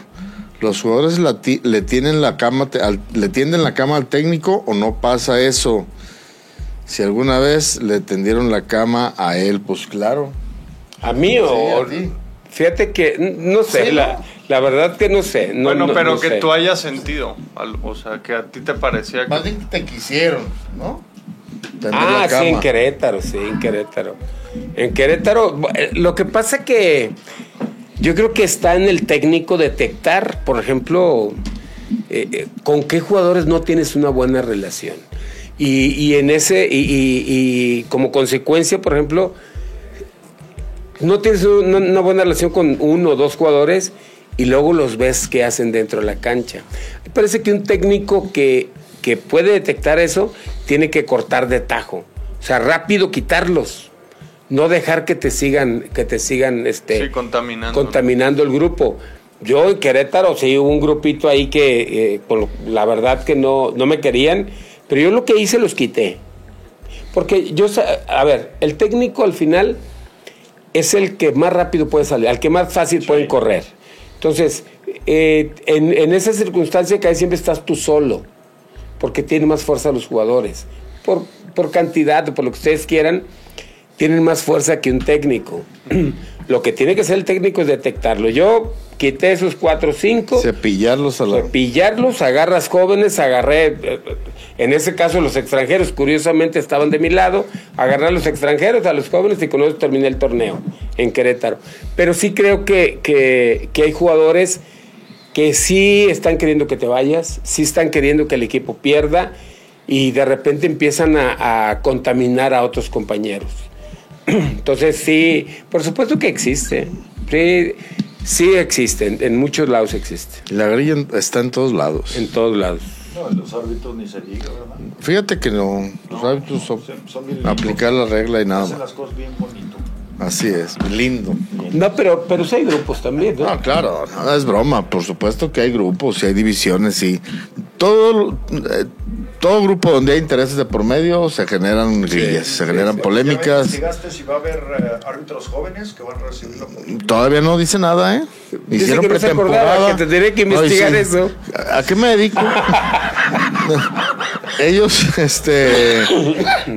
¿Los jugadores la ti- le, tienen la cama te- al- le tienden la cama al técnico o no pasa eso? Si alguna vez le tendieron la cama a él, pues claro.
¿A mí o...?
a ti.
Fíjate que, n- no sé,
Sí, ¿no?
la, la verdad que no sé. No,
bueno,
no-
pero
no
que
sé.
tú hayas sentido, al- o sea, que a ti te parecía que...
bien te quisieron, ¿no?
Ah, sí, en Querétaro, sí, en Querétaro. En Querétaro, bu- eh, lo que pasa que yo creo que está en el técnico detectar, por ejemplo, eh, eh, con qué jugadores no tienes una buena relación. Y, y en ese, y, y- y como consecuencia, por ejemplo, no tienes una, una buena relación con uno o dos jugadores y luego los ves que hacen dentro de la cancha. Me parece que un técnico que, que puede detectar eso tiene que cortar de tajo. O sea, rápido quitarlos. No dejar que te sigan, que te sigan este,
Sí, contaminando.
contaminando el grupo. Yo en Querétaro sí hubo un grupito ahí que eh, por lo- la verdad que no, no me querían, pero yo lo que hice los quité. Porque yo, sa- a ver, el técnico al final es el que más rápido puede salir, al que más fácil pueden correr. Entonces, eh, en, en esa circunstancia que ahí siempre estás tú solo, porque tienen más fuerza los jugadores. Por, por cantidad, por lo que ustedes quieran, tienen más fuerza que un técnico. lo que tiene que hacer el técnico es detectarlo. Yo quité esos cuatro o cinco.
Cepillarlos a la.
Pillarlos, agarras jóvenes, agarré, eh, en ese caso los extranjeros, curiosamente estaban de mi lado, agarré a los extranjeros, a los jóvenes y con eso terminé el torneo en Querétaro. Pero sí creo que, que- que hay jugadores que sí están queriendo que te vayas, sí están queriendo que el equipo pierda y de repente empiezan a, a contaminar a otros compañeros. Entonces sí, por supuesto que existe, sí, sí existe, en- en muchos lados existe.
La grilla en- está en todos lados.
En todos lados.
No, los árbitros ni se diga, ¿verdad?
Fíjate que no. Los
No,
hábitos
no,
son,
son- son bien
aplicar la regla y nada
Hacen
más.
las cosas bien bonito.
Así es. Lindo.
No, pero, pero sí hay grupos también, ¿no?
No, claro, nada es broma. Por supuesto que hay grupos y hay divisiones y todo, eh, todo grupo donde hay intereses de por medio se generan grillas, se generan
¿Ya
polémicas.
investigaste si va a haber eh, árbitros jóvenes que van a recibir la oportunidad?
Todavía no dice nada, ¿eh?
Dice que no se acordaba, que tendría que investigar
Ay,
eso.
¿A a qué me dedico? Ellos este,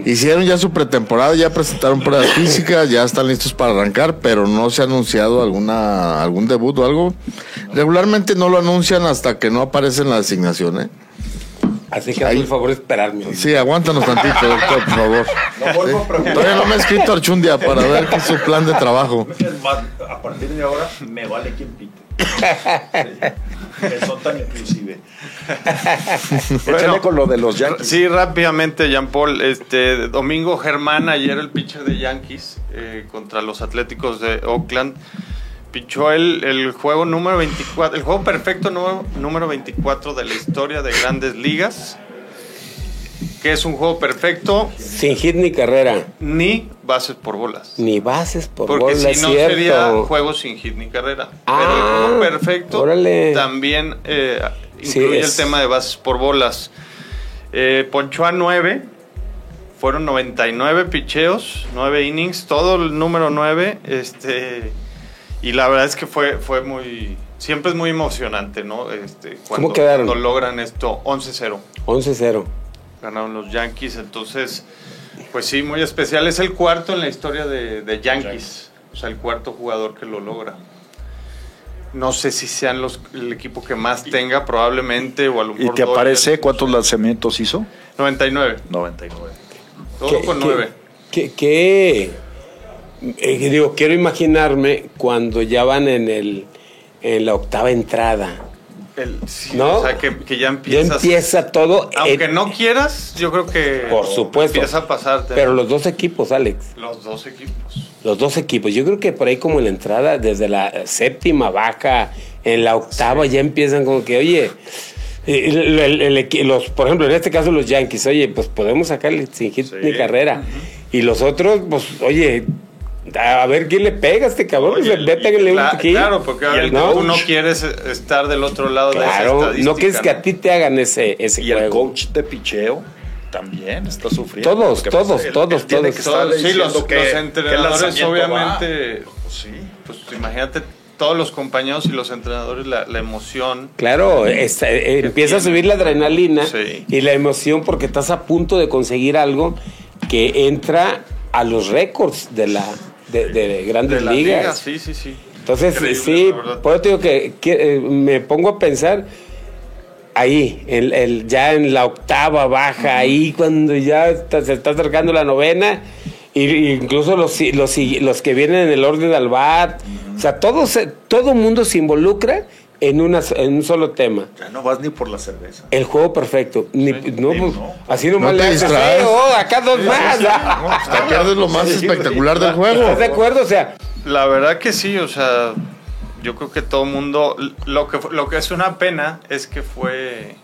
hicieron ya su pretemporada, ya presentaron pruebas físicas, ya están listos para arrancar, pero no se ha anunciado alguna, algún debut o algo. Regularmente no lo anuncian hasta que no aparecen la asignación, ¿eh?
Así que hazme el favor de esperarme.
Sí, aguántanos tantito, doctor, por favor.
No vuelvo a
Sí.
preguntar.
Todavía no me he escrito Archundia para ver qué es su plan de trabajo.
Es más, a partir de ahora me vale quien pite. Sí. Que son tan inclusive. Échale con lo de los Yankees.
Sí, rápidamente, Jean Paul. Este, Domingo Germán, ayer el pitcher de Yankees eh, contra los Atléticos de Oakland. Pichó el, el juego número 24, el juego perfecto número, número 24 de la historia de grandes ligas. Que es un juego perfecto,
Sin hit ni carrera,
ni bases por bolas.
ni bases por
Porque
bola, es
si no
cierto.
sería juego sin hit ni carrera. Pero
Ah,
el juego perfecto
órale.
también eh,
Sí,
incluye
es.
el tema de bases por bolas. Eh, ponchó a 9. Fueron 99 picheos, 9 innings, todo el número 9. Este, y la verdad es que fue, fue muy. Siempre es muy emocionante, ¿no? Este, cuando,
¿Cómo quedaron?
cuando logran esto 11-0
11-0.
ganaron los Yankees. Entonces, pues sí, muy especial. Es el cuarto en la historia de, de Yankees. O sea, el cuarto jugador que lo logra. No sé si sean los, el equipo que más tenga, probablemente, o a lo
¿Y
mejor.
te
Dodgers.
aparece cuántos lanzamientos hizo?
99.
99.
Todo con 9.
¿Qué? qué- eh, digo, quiero imaginarme cuando ya van en, el, en la octava entrada. ¿No?
O sea, que, que ya empiezas.
ya empieza todo.
Aunque
eh,
no quieras, yo creo que.
Por supuesto.
Empieza a pasarte.
Pero los dos equipos, Alex.
los dos equipos.
Los dos equipos. Yo creo que por ahí como en la entrada, desde la séptima baja, en la octava ya empiezan como que, oye, eh, el- el- el equi- los, por ejemplo, en este caso los Yankees, oye, pues podemos sacarle sin hit
Sí.
ni carrera. Y los otros, pues, oye, a ver quién le pega a este cabrón,
Oye,
pues, vete a que le dé un
la-
piquín.
Claro, porque
Y el
tú no
coach,
quieres estar del otro lado de
Claro,
esa
no quieres que
estadística, ¿no?
a ti te hagan ese, ese
Y el
juego.
coach de picheo también está sufriendo.
Todos,
Lo que pasa
todos,
es que él-
todos,
él tiene
todos.
que estarle
Sí, los,
diciendo que-
los
que el
entrenadores
lanzamiento
obviamente,
va. Pues sí.
pues imagínate todos los compañeros y los entrenadores, la, la emoción.
Claro, esta- eh, empieza a subir la adrenalina
Sí.
y la emoción porque estás a punto de conseguir algo que entra a los récords de la de, de grandes
de la
ligas.
liga, sí, sí, sí.
Entonces,
Increíble,
sí, pues-
la verdad.
por eso te digo que, que, eh, me pongo a pensar ahí, en- el- ya en la octava baja, ahí cuando ya está- se está acercando la novena, y, y incluso los, si- los, si- los que vienen en el orden al bat, o sea, todos, eh, todo mundo se involucra en, una, en un solo tema.
ah, Ya no vas ni por la cerveza.
El juego perfecto. Ni, no,
ni
pues,
no.
así nomás
No te
le haces,
distraes.
"Eh, oh, acá dos más. ah,
No, pues, te pierdes lo más
Sí,
espectacular del
¿Estás de
juego.
acuerdo? O sea,
La verdad que sí, o sea, yo creo que todo mundo. Lo que, lo que es una pena es que fue.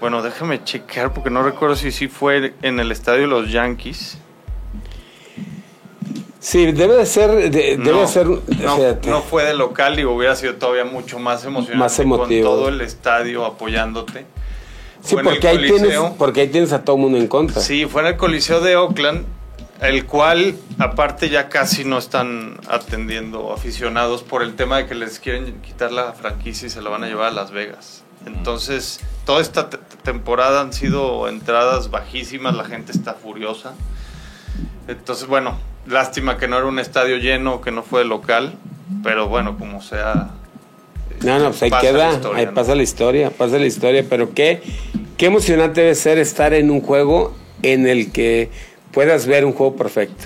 Bueno, déjame chequear porque no recuerdo si sí fue en el estadio de los Yankees.
sí, debe de ser. de- Eh, debe de
no,
ser.
no,
fíjate.
no fue de local y hubiera sido todavía mucho más emocionante
Más
con
emotivo.
todo el estadio apoyándote.
sí,
Fue en el
porque ahí, tienes,
Coliseo.
porque ahí tienes a todo mundo en contra.
Sí, fue en el Coliseo de Oakland, el cual aparte ya casi no están atendiendo aficionados por el tema de que les quieren quitar la franquicia y se la van a llevar a Las Vegas. Entonces, toda esta te- temporada han sido entradas bajísimas, la gente está furiosa. Entonces, bueno, lástima que no era un estadio lleno, que no fue local, pero bueno, como sea...
No, no, pues ahí
pasa la
queda,
historia,
ahí
¿no?
pasa la historia, pasa la historia, pero qué, qué emocionante debe ser estar en un juego en el que puedas ver un juego perfecto.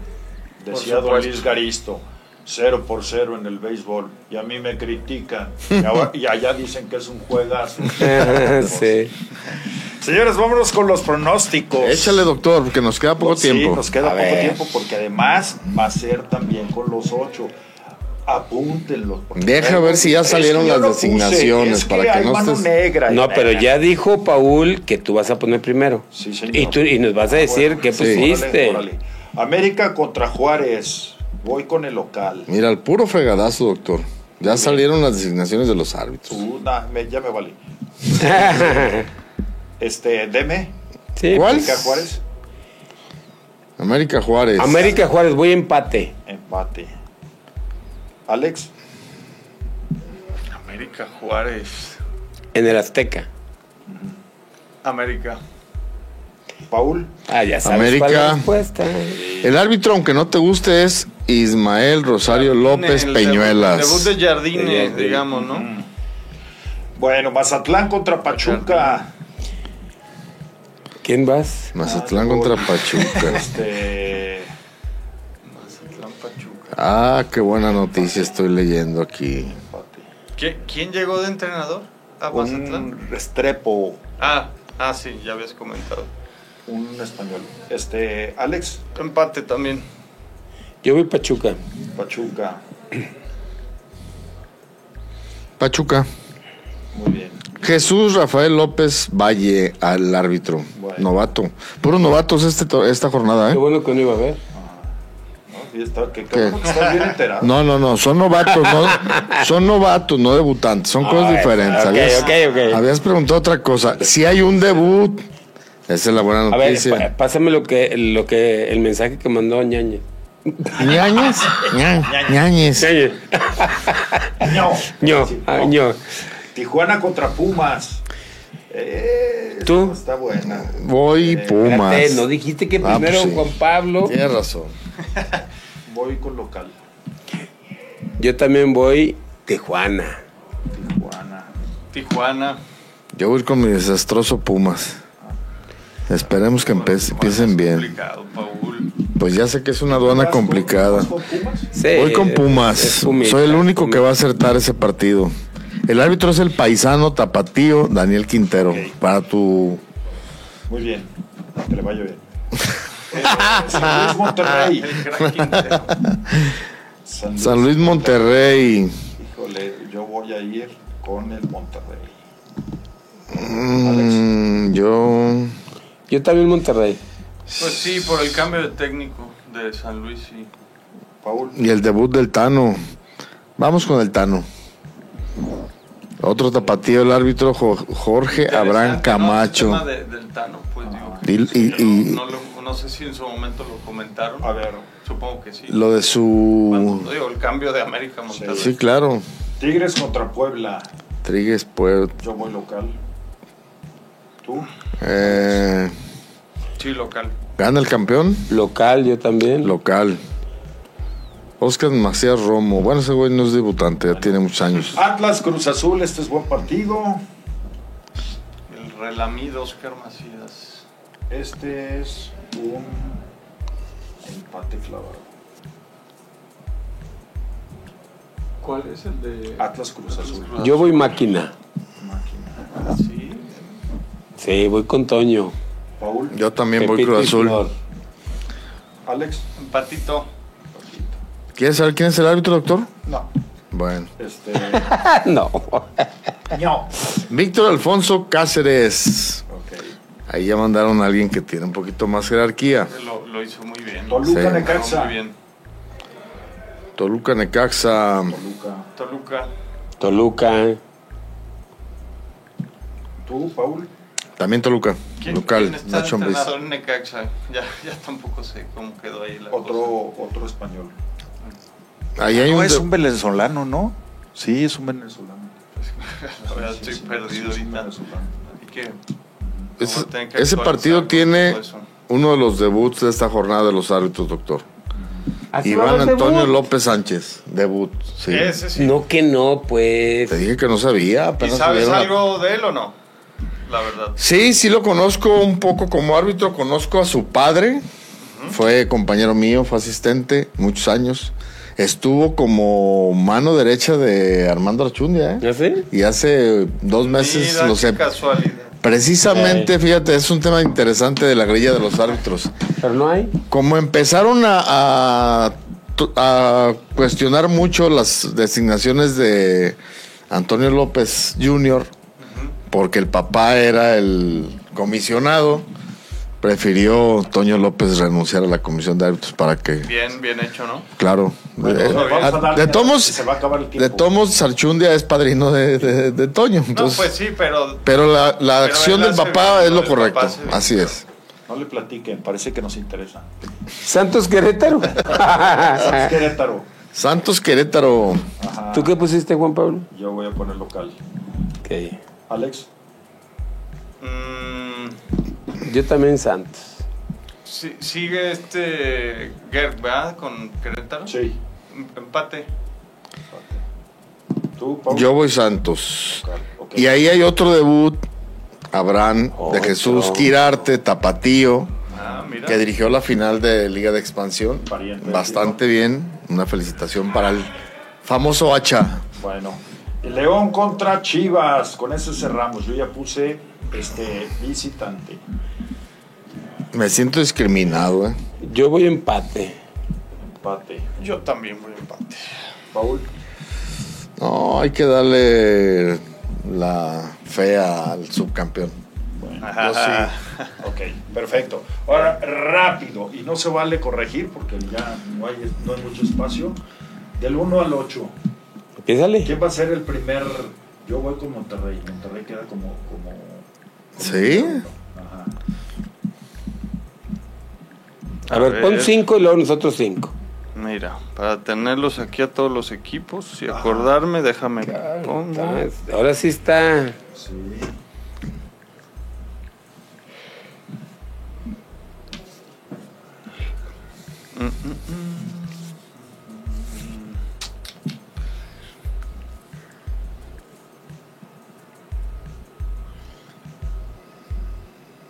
Decía Don
supuesto.
Luis Garisto, cero por cero en el béisbol. Y a mí me critican. Y, ahora- y allá dicen que es un juegazo.
sí.
Señores, vámonos con los pronósticos.
Échale, doctor, porque nos queda poco
Sí,
tiempo.
nos queda
A
poco
ver.
tiempo porque además va a ser también con los ocho. Apúntenlos. porque
Deja
traigo-
ver si ya
Es que
salieron
yo
las
lo puse,
designaciones
es
para que
hay
no
mano
estés-
negra,
No,
negra.
pero ya dijo Paul que tú vas a poner primero.
Sí, señor. Ah,
Y, tú, y nos vas a decir
Bueno,
qué
sí.
pusiste.
Órale, órale. América contra Juárez. Voy con el local.
Mira, el puro fregadazo, doctor. Ya salieron las designaciones de los árbitros.
Una, me- ya me vale. Este, deme.
Sí, pues,
¿Cuál?
América Juárez.
América Juárez.
América Juárez, voy a empate.
Empate. Alex.
América Juárez.
En el Azteca.
América.
Paul.
Ah, ya sabes
América.
cuál es la respuesta.
El árbitro, aunque no te guste, es Ismael Rosario López
El debut- Debut
Peñuelas.
de
De
Jardines,
Jardine.
digamos, ¿no?
Bueno, Mazatlán contra Pachuca.
¿Quién vas?
Mazatlán contra Pachuca.
Este.
Mazatlán, Pachuca.
Ah, qué buena noticia estoy leyendo aquí.
empate.
¿Qui- ¿Quién llegó de entrenador a Ah, Mazatlán?
Un Restrepo.
Ah, ah, sí, ya habías comentado.
Un español. Este, Alex.
Empate también.
Yo voy Pachuca.
¿Eh?
Pachuca.
Pachuca.
Muy bien.
Jesús Rafael López Valle al árbitro.
Bueno.
Novato. Puros novatos este to- esta jornada,
Qué
¿eh?
bueno que no iba a ver.
¿no? Y está, que, que estás bien enterado.
No, no, no, son novatos, no, son novatos, no debutantes, son cosas diferentes.
Ah, ok,
habías,
ok, ok.
habías preguntado otra cosa. Si hay un debut, esa es la buena
A ver,
noticia.
pa- pásame lo que, lo que, el mensaje que mandó Ñañe.
Ñañez, Ña- Ñañez.
Ñañe.
No.
Ño,
Sí,
ah,
no.
Ño.
Tijuana contra Pumas. Eh,
¿Tú?
Está buena.
Voy Pumas.
Espérate, no dijiste que
Ah,
primero
pues sí.
Juan Pablo.
Tienes razón.
Voy con local.
Yo también voy Tijuana.
Tijuana.
Tijuana.
Yo voy con mi desastroso Pumas. Esperemos que empe- Pues, empiecen
Es
bien.
Complicado, Paul.
Pues ya sé que es una aduana
¿Vas con- vas
complicada.
con Pumas?
Sí,
Voy con
Eh, es
Pumas.
humilde.
Soy el único que va a acertar ese partido. El árbitro es el paisano tapatío Daniel Quintero.
Ok.
Para tu.
Muy bien. Que le vaya bien. Eh, San Luis Monterrey.
El gran Quintero.
San Luis Monterrey.
Híjole, yo voy a ir con el Monterrey.
Mm, yo.
Yo también Monterrey.
Pues sí, por el cambio de técnico de San Luis, sí.
Paul,
Y el debut del Tano. Vamos con el Tano. Otro tapatío, el árbitro Jo- Jorge Abraham
Interesante, ¿no? Ese
Camacho. Ah.
tema de- del Tano, pues digo. que-
Y- y-
que
y-
no, no lo- no sé si en su momento lo comentaron.
a ver.
Supongo que sí.
Lo de su.
Cuando digo, el cambio de América a Monterrey.
Sí, claro.
Tigres contra Puebla.
Trigues Puerto.
Yo voy local. ¿Tú?
Eh,
Sí, local.
Gana el campeón
Local, yo también.
local. Oscar Macías Romo. Bueno, ese güey no es debutante, ya tiene muchos años.
Atlas Cruz Azul, este es buen partido.
El relamido Oscar Macías.
Este es un empate clavado.
¿Cuál es el de
Ah,
Atlas Cruz Azul.
Yo voy máquina.
Sí.
Sí, voy con Toño.
Paul,
Yo también voy
Pepito
Cruz
y
Azul.
Flor.
Alex.
Empatito.
¿Quieres saber quién es el árbitro, doctor?
No.
Bueno.
Este.
Ah, no.
no.
Víctor Alfonso Cáceres.
Ok.
Ahí ya mandaron a alguien que tiene un poquito más jerarquía.
Lo, lo hizo muy bien.
Toluca
Sí.
Necaxa.
Muy bien.
Toluca Necaxa.
Toluca.
Toluca.
Toluca.
Tú, Paul.
También Toluca. Local.
está
Nacho Ambriz.
entrenador en Necaxa? Ya, ya tampoco sé cómo quedó ahí la cosa.
Otro, otro español.
Ahí hay
No
un.
es
de-
un venezolano, ¿no? Sí, es un venezolano.
La verdad estoy perdido
sí, es un
ahorita.
venezolano.
Así que
ese-
vamos a tener que
ese
actualizar
partido
con
tiene
todo eso.
uno de los debuts de esta jornada de los árbitros, doctor.
Así va a
Iván
haber
Antonio
debut.
López Sánchez. Debut. Sí.
Ese sí.
No que no, pues.
Te dije que no sabía.
¿Y
apenas
sabes
subieron la-
algo de él o no? La verdad.
Sí, sí lo conozco un poco como árbitro, conozco a su padre, fue compañero mío, fue asistente muchos años, estuvo como mano derecha de Armando Archundia, ¿eh?
¿Ya sé?
y hace dos meses
Mira,
lo
qué
sé.
casualidad.
Precisamente, fíjate, es un tema interesante de la grilla de los árbitros.
Pero no hay.
Como empezaron a, a- a cuestionar mucho las designaciones de Antonio López Jr., porque el papá era el comisionado, prefirió Toño López renunciar a la comisión de árbitros para que,
Bien, bien hecho, ¿no?
claro,
pues,
eh,
Vamos a
a-
darle-
de tomos,
se va a acabar el
de
tiempo.
tomos Sarchundia es padrino de, de- de Toño, entonces,
no, pues sí, pero
pero la, la
él
acción del
hace
papá
bien,
es
¿no?
lo
El
correcto,
papá hace bien,
así
claro.
es.
No le platiquen, parece que nos interesa.
Santos Querétaro.
Ah.
Santos Querétaro.
Santos Querétaro,
Ajá.
¿Tú qué pusiste, Juan Pablo?
Yo voy a poner local. Alex.
mm,
Yo también Santos.
sí- sigue este Gerg, ¿verdad? Con Querétaro.
Sí.
Em- Empate.
Tú, Paul.
yo voy Santos.
Local, ok.
Y ahí hay otro debut, Abraham de
Otro.
Jesús Quirarte, Tapatío,
Ah, mira.
que dirigió la final de Liga de Expansión.
Pariente.
Bastante bien, una felicitación para el famoso Hacha.
Bueno. León contra Chivas. Con ese cerramos. Yo ya puse este visitante.
Me siento discriminado, ¿eh?
Yo voy empate.
Empate.
Yo también voy a empate.
Paul.
No, hay que darle la fe al subcampeón. Yo sí.
Ok, perfecto. Ahora, rápido, y no se vale corregir porque ya no hay, no hay mucho espacio. Del 1 al 8,
Empiézale.
¿quién va a ser el primer? Yo voy con Monterrey. Monterrey queda como. como como
¿Sí?
segundo. Ajá.
A ver, pon cinco y luego nosotros cinco.
Mira, para tenerlos aquí a todos los equipos y acordarme, déjame pongo.
Ah, Ahora sí está.
Sí.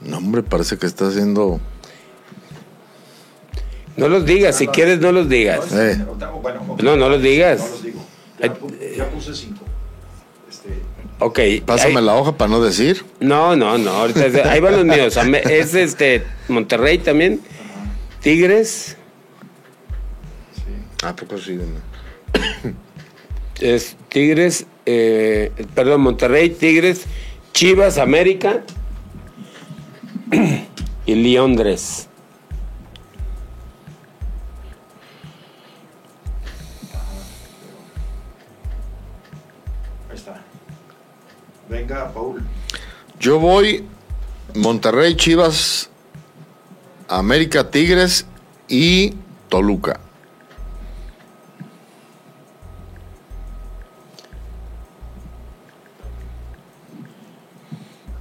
No, hombre, parece que está haciendo.
No los digas, si quieres no los digas.
Eh.
Pues, Bueno, ok,
No, no los digas. eh.
no los digo. Ya, pu- ya puse 5. Este,
Ok.
Pásame
ahí-
la hoja para no decir.
No, no, no. ahorita es- ahí van los míos. Ame- Es este Monterrey también. Tigres.
¿A poco sí?
Es Tigres. eh, perdón, Monterrey, Tigres, Chivas, América. Y Liondres.
ahí está. Venga, Paul.
Yo voy Monterrey, Chivas, América, Tigres y Toluca.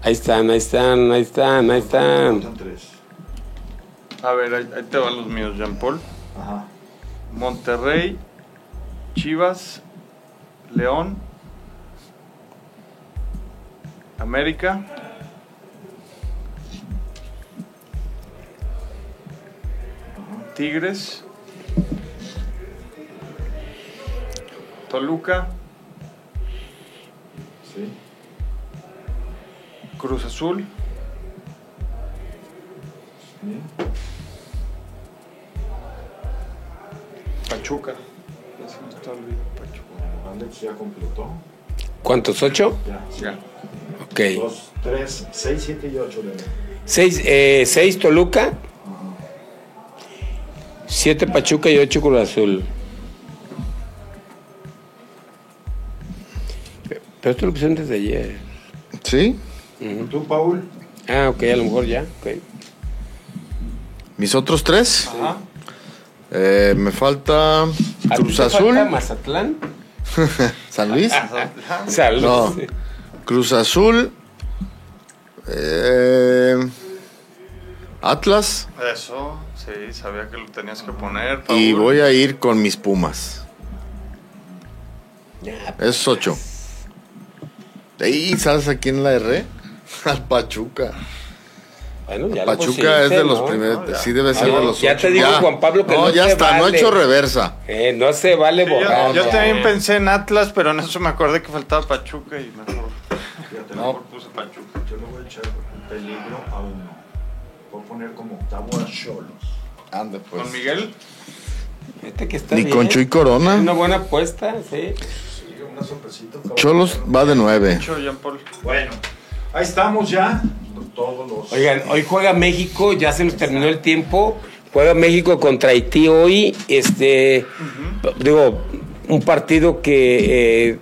Ahí están, ahí están, ahí están, ahí están.
Faltan tres.
A ver, ahí, ahí te van los míos, Jean Paul.
Ajá.
Monterrey, Chivas, León, América. Tigres. Toluca,
Sí.
Cruz Azul,
Sí.
Pachuca.
Ya se me está olvidando Pachuca. Alex ya completó.
¿Cuántos? ¿Ocho?
Ya. sí.
Ya.
Ok.
Dos, tres, seis, siete y ocho. Leo.
Seis, eh, seis Toluca. Siete Pachuca y ocho Cruz Azul. Pero esto lo pusieron desde ayer.
¿Sí?
¿Tú, Paul?
Ah, ok, a lo mejor ya. ok.
Mis otros tres.
Ajá.
Eh, me falta
¿A ti
Cruz
te
Azul,
falta Mazatlán.
San Luis.
Salud.
Ah. No. Cruz Azul. eh, Atlas.
Eso, sí, sabía que lo tenías que poner.
Y
Paul.
voy a ir con mis Pumas. Es ocho. ¿Y sabes a quién la erré? Al Pachuca.
Bueno, ya lo
Pachuca
pusiste,
es de los
¿no?
primeros. Sí, debe ser
No,
de los
ya
ocho.
te dijo Juan Pablo que no
ya
te
está, no
vale.
he hecho reversa.
Eh, no se vale
Sí,
borrar.
yo, yo
¿no?
también pensé en Atlas, pero en eso me acordé que faltaba Pachuca y mejor,
Fíjate,
No.
mejor puse Pachuca.
Yo le voy a echar peligro a uno. Voy a poner como octavo a Cholos.
Ande, pues.
¿Con Miguel?
Fíjate que está
Ni
bien.
con Chuy
Es
Corona.
Una buena apuesta, sí.
Sí, una sorpresita. cabrón.
Cholos va de nueve.
Cho, Jean Paul.
Bueno, ahí estamos ya. Todos los.
Oigan, hoy juega México, ya se nos terminó el tiempo. Juega México contra Haití hoy. Este, digo, un partido que, eh,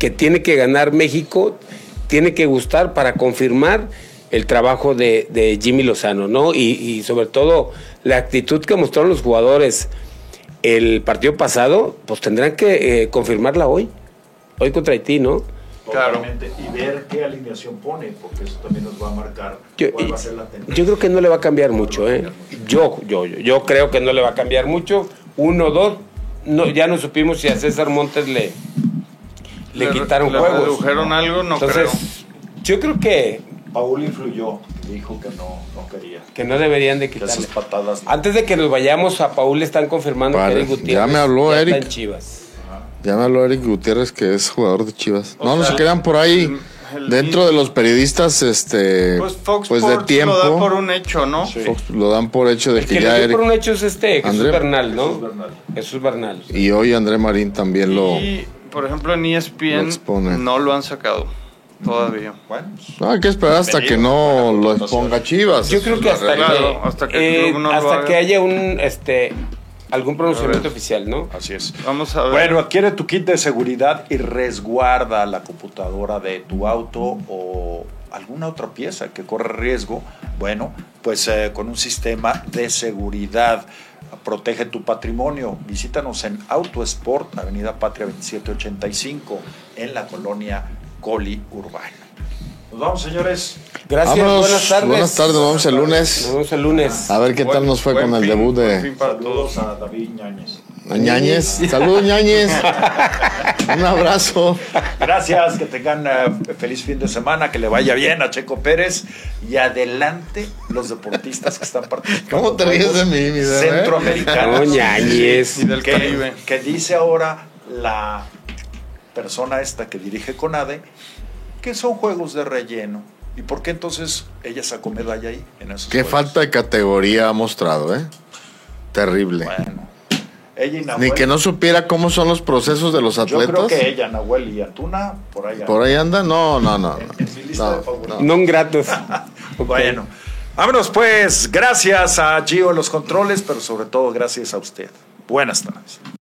que tiene que ganar México, tiene que gustar para confirmar el trabajo de, de Jimmy Lozano, ¿no? Y, y sobre todo la actitud que mostraron los jugadores el partido pasado, pues tendrán que eh, confirmarla hoy. Hoy contra Haití, ¿no?
Totalmente, Y ver qué alineación pone, porque eso también nos va a marcar
Yo,
cuál va a ser la tendencia.
yo creo que no le va a cambiar mucho, ¿eh? Yo, yo, yo, yo creo que no le va a cambiar mucho. Uno, dos, no, ya no supimos si a César Montes le, le, quitaron
le
juegos.
redujeron algo? No
Entonces, yo creo que,
Paul influyó, dijo que no, no quería.
que no deberían de
Que esas
quitarle.
patadas.
Antes de que nos vayamos, a Paul le están confirmando
Vale,
que Eric
ya
Gutiérrez
me habló
ya está
Eric.
en Chivas.
Ya me habló Eric Gutiérrez, que es jugador de Chivas.
O
no, no
sea,
se crean por ahí.
el- el-
dentro de los periodistas, este.
creo. Pues Fox
pues de
Sports
tiempo.
lo da por un hecho, ¿no?
Fox lo dan por hecho de
El
Pues que,
que
ya
le dio
Eric.
por un hecho es este, Jesús
André-
Bernal, ¿no?
Jesús Bernal.
Jesús Bernal.
Y hoy André Marín también lo.
Y, por ejemplo, en E
Lo expone.
ESPN no lo han sacado todavía.
Bueno, pues,
No, hay que esperar hasta que no lo exponga Chivas.
Yo
Eso
creo
es
que
la
hasta,
realidad.
Claro,
que,
hasta que el
eh,
club no lo
hasta
haga.
que haya un este algún pronunciamiento oficial, ¿no?
Así es.
Vamos a ver.
Bueno, adquiere tu kit de seguridad y resguarda la computadora de tu auto o alguna otra pieza que corre riesgo. Bueno, pues eh, con un sistema de seguridad. Protege tu patrimonio. Visítanos en Autosport, Avenida Patria 2785, en la colonia Coli Urbana.
nos vamos, señores.
Gracias,
Vámonos,
buenas tardes.
Buenas tardes, nos vemos el
Nos
lunes.
vemos el lunes.
A ver qué tal nos fue
Buen
con el
fin,
debut
buen
de
fin para todos.
Saludos a David Ñañez.
Ñañez. Saludos, Ñañez. Un abrazo.
Gracias, que tengan eh, feliz fin de semana, que le vaya bien a Checo Pérez y adelante los deportistas que están participando.
¿Cómo te ríes de mí, mi bebé?
Centroamericanos.
No, Ñañez.
Y del
que,
Caribe.
que dice ahora la persona esta que dirige CONADE que son juegos de relleno. ¿Y por qué entonces ella sacó medalla ahí? En esos
Qué
juegos?
falta de categoría ha mostrado, ¿eh? Terrible.
Bueno, ella y Nahuel.
Ni que no supiera cómo son los procesos de los
yo
atletas.
creo que ella, Nahuel y Antuna, por allá.
Por ahí anda. No, no, no.
En-
no.
en mi lista
No,
de favoritos.
no.
No gratos.
Bueno, vámonos pues. Gracias a Gio en los controles, pero sobre todo gracias a usted. Buenas tardes.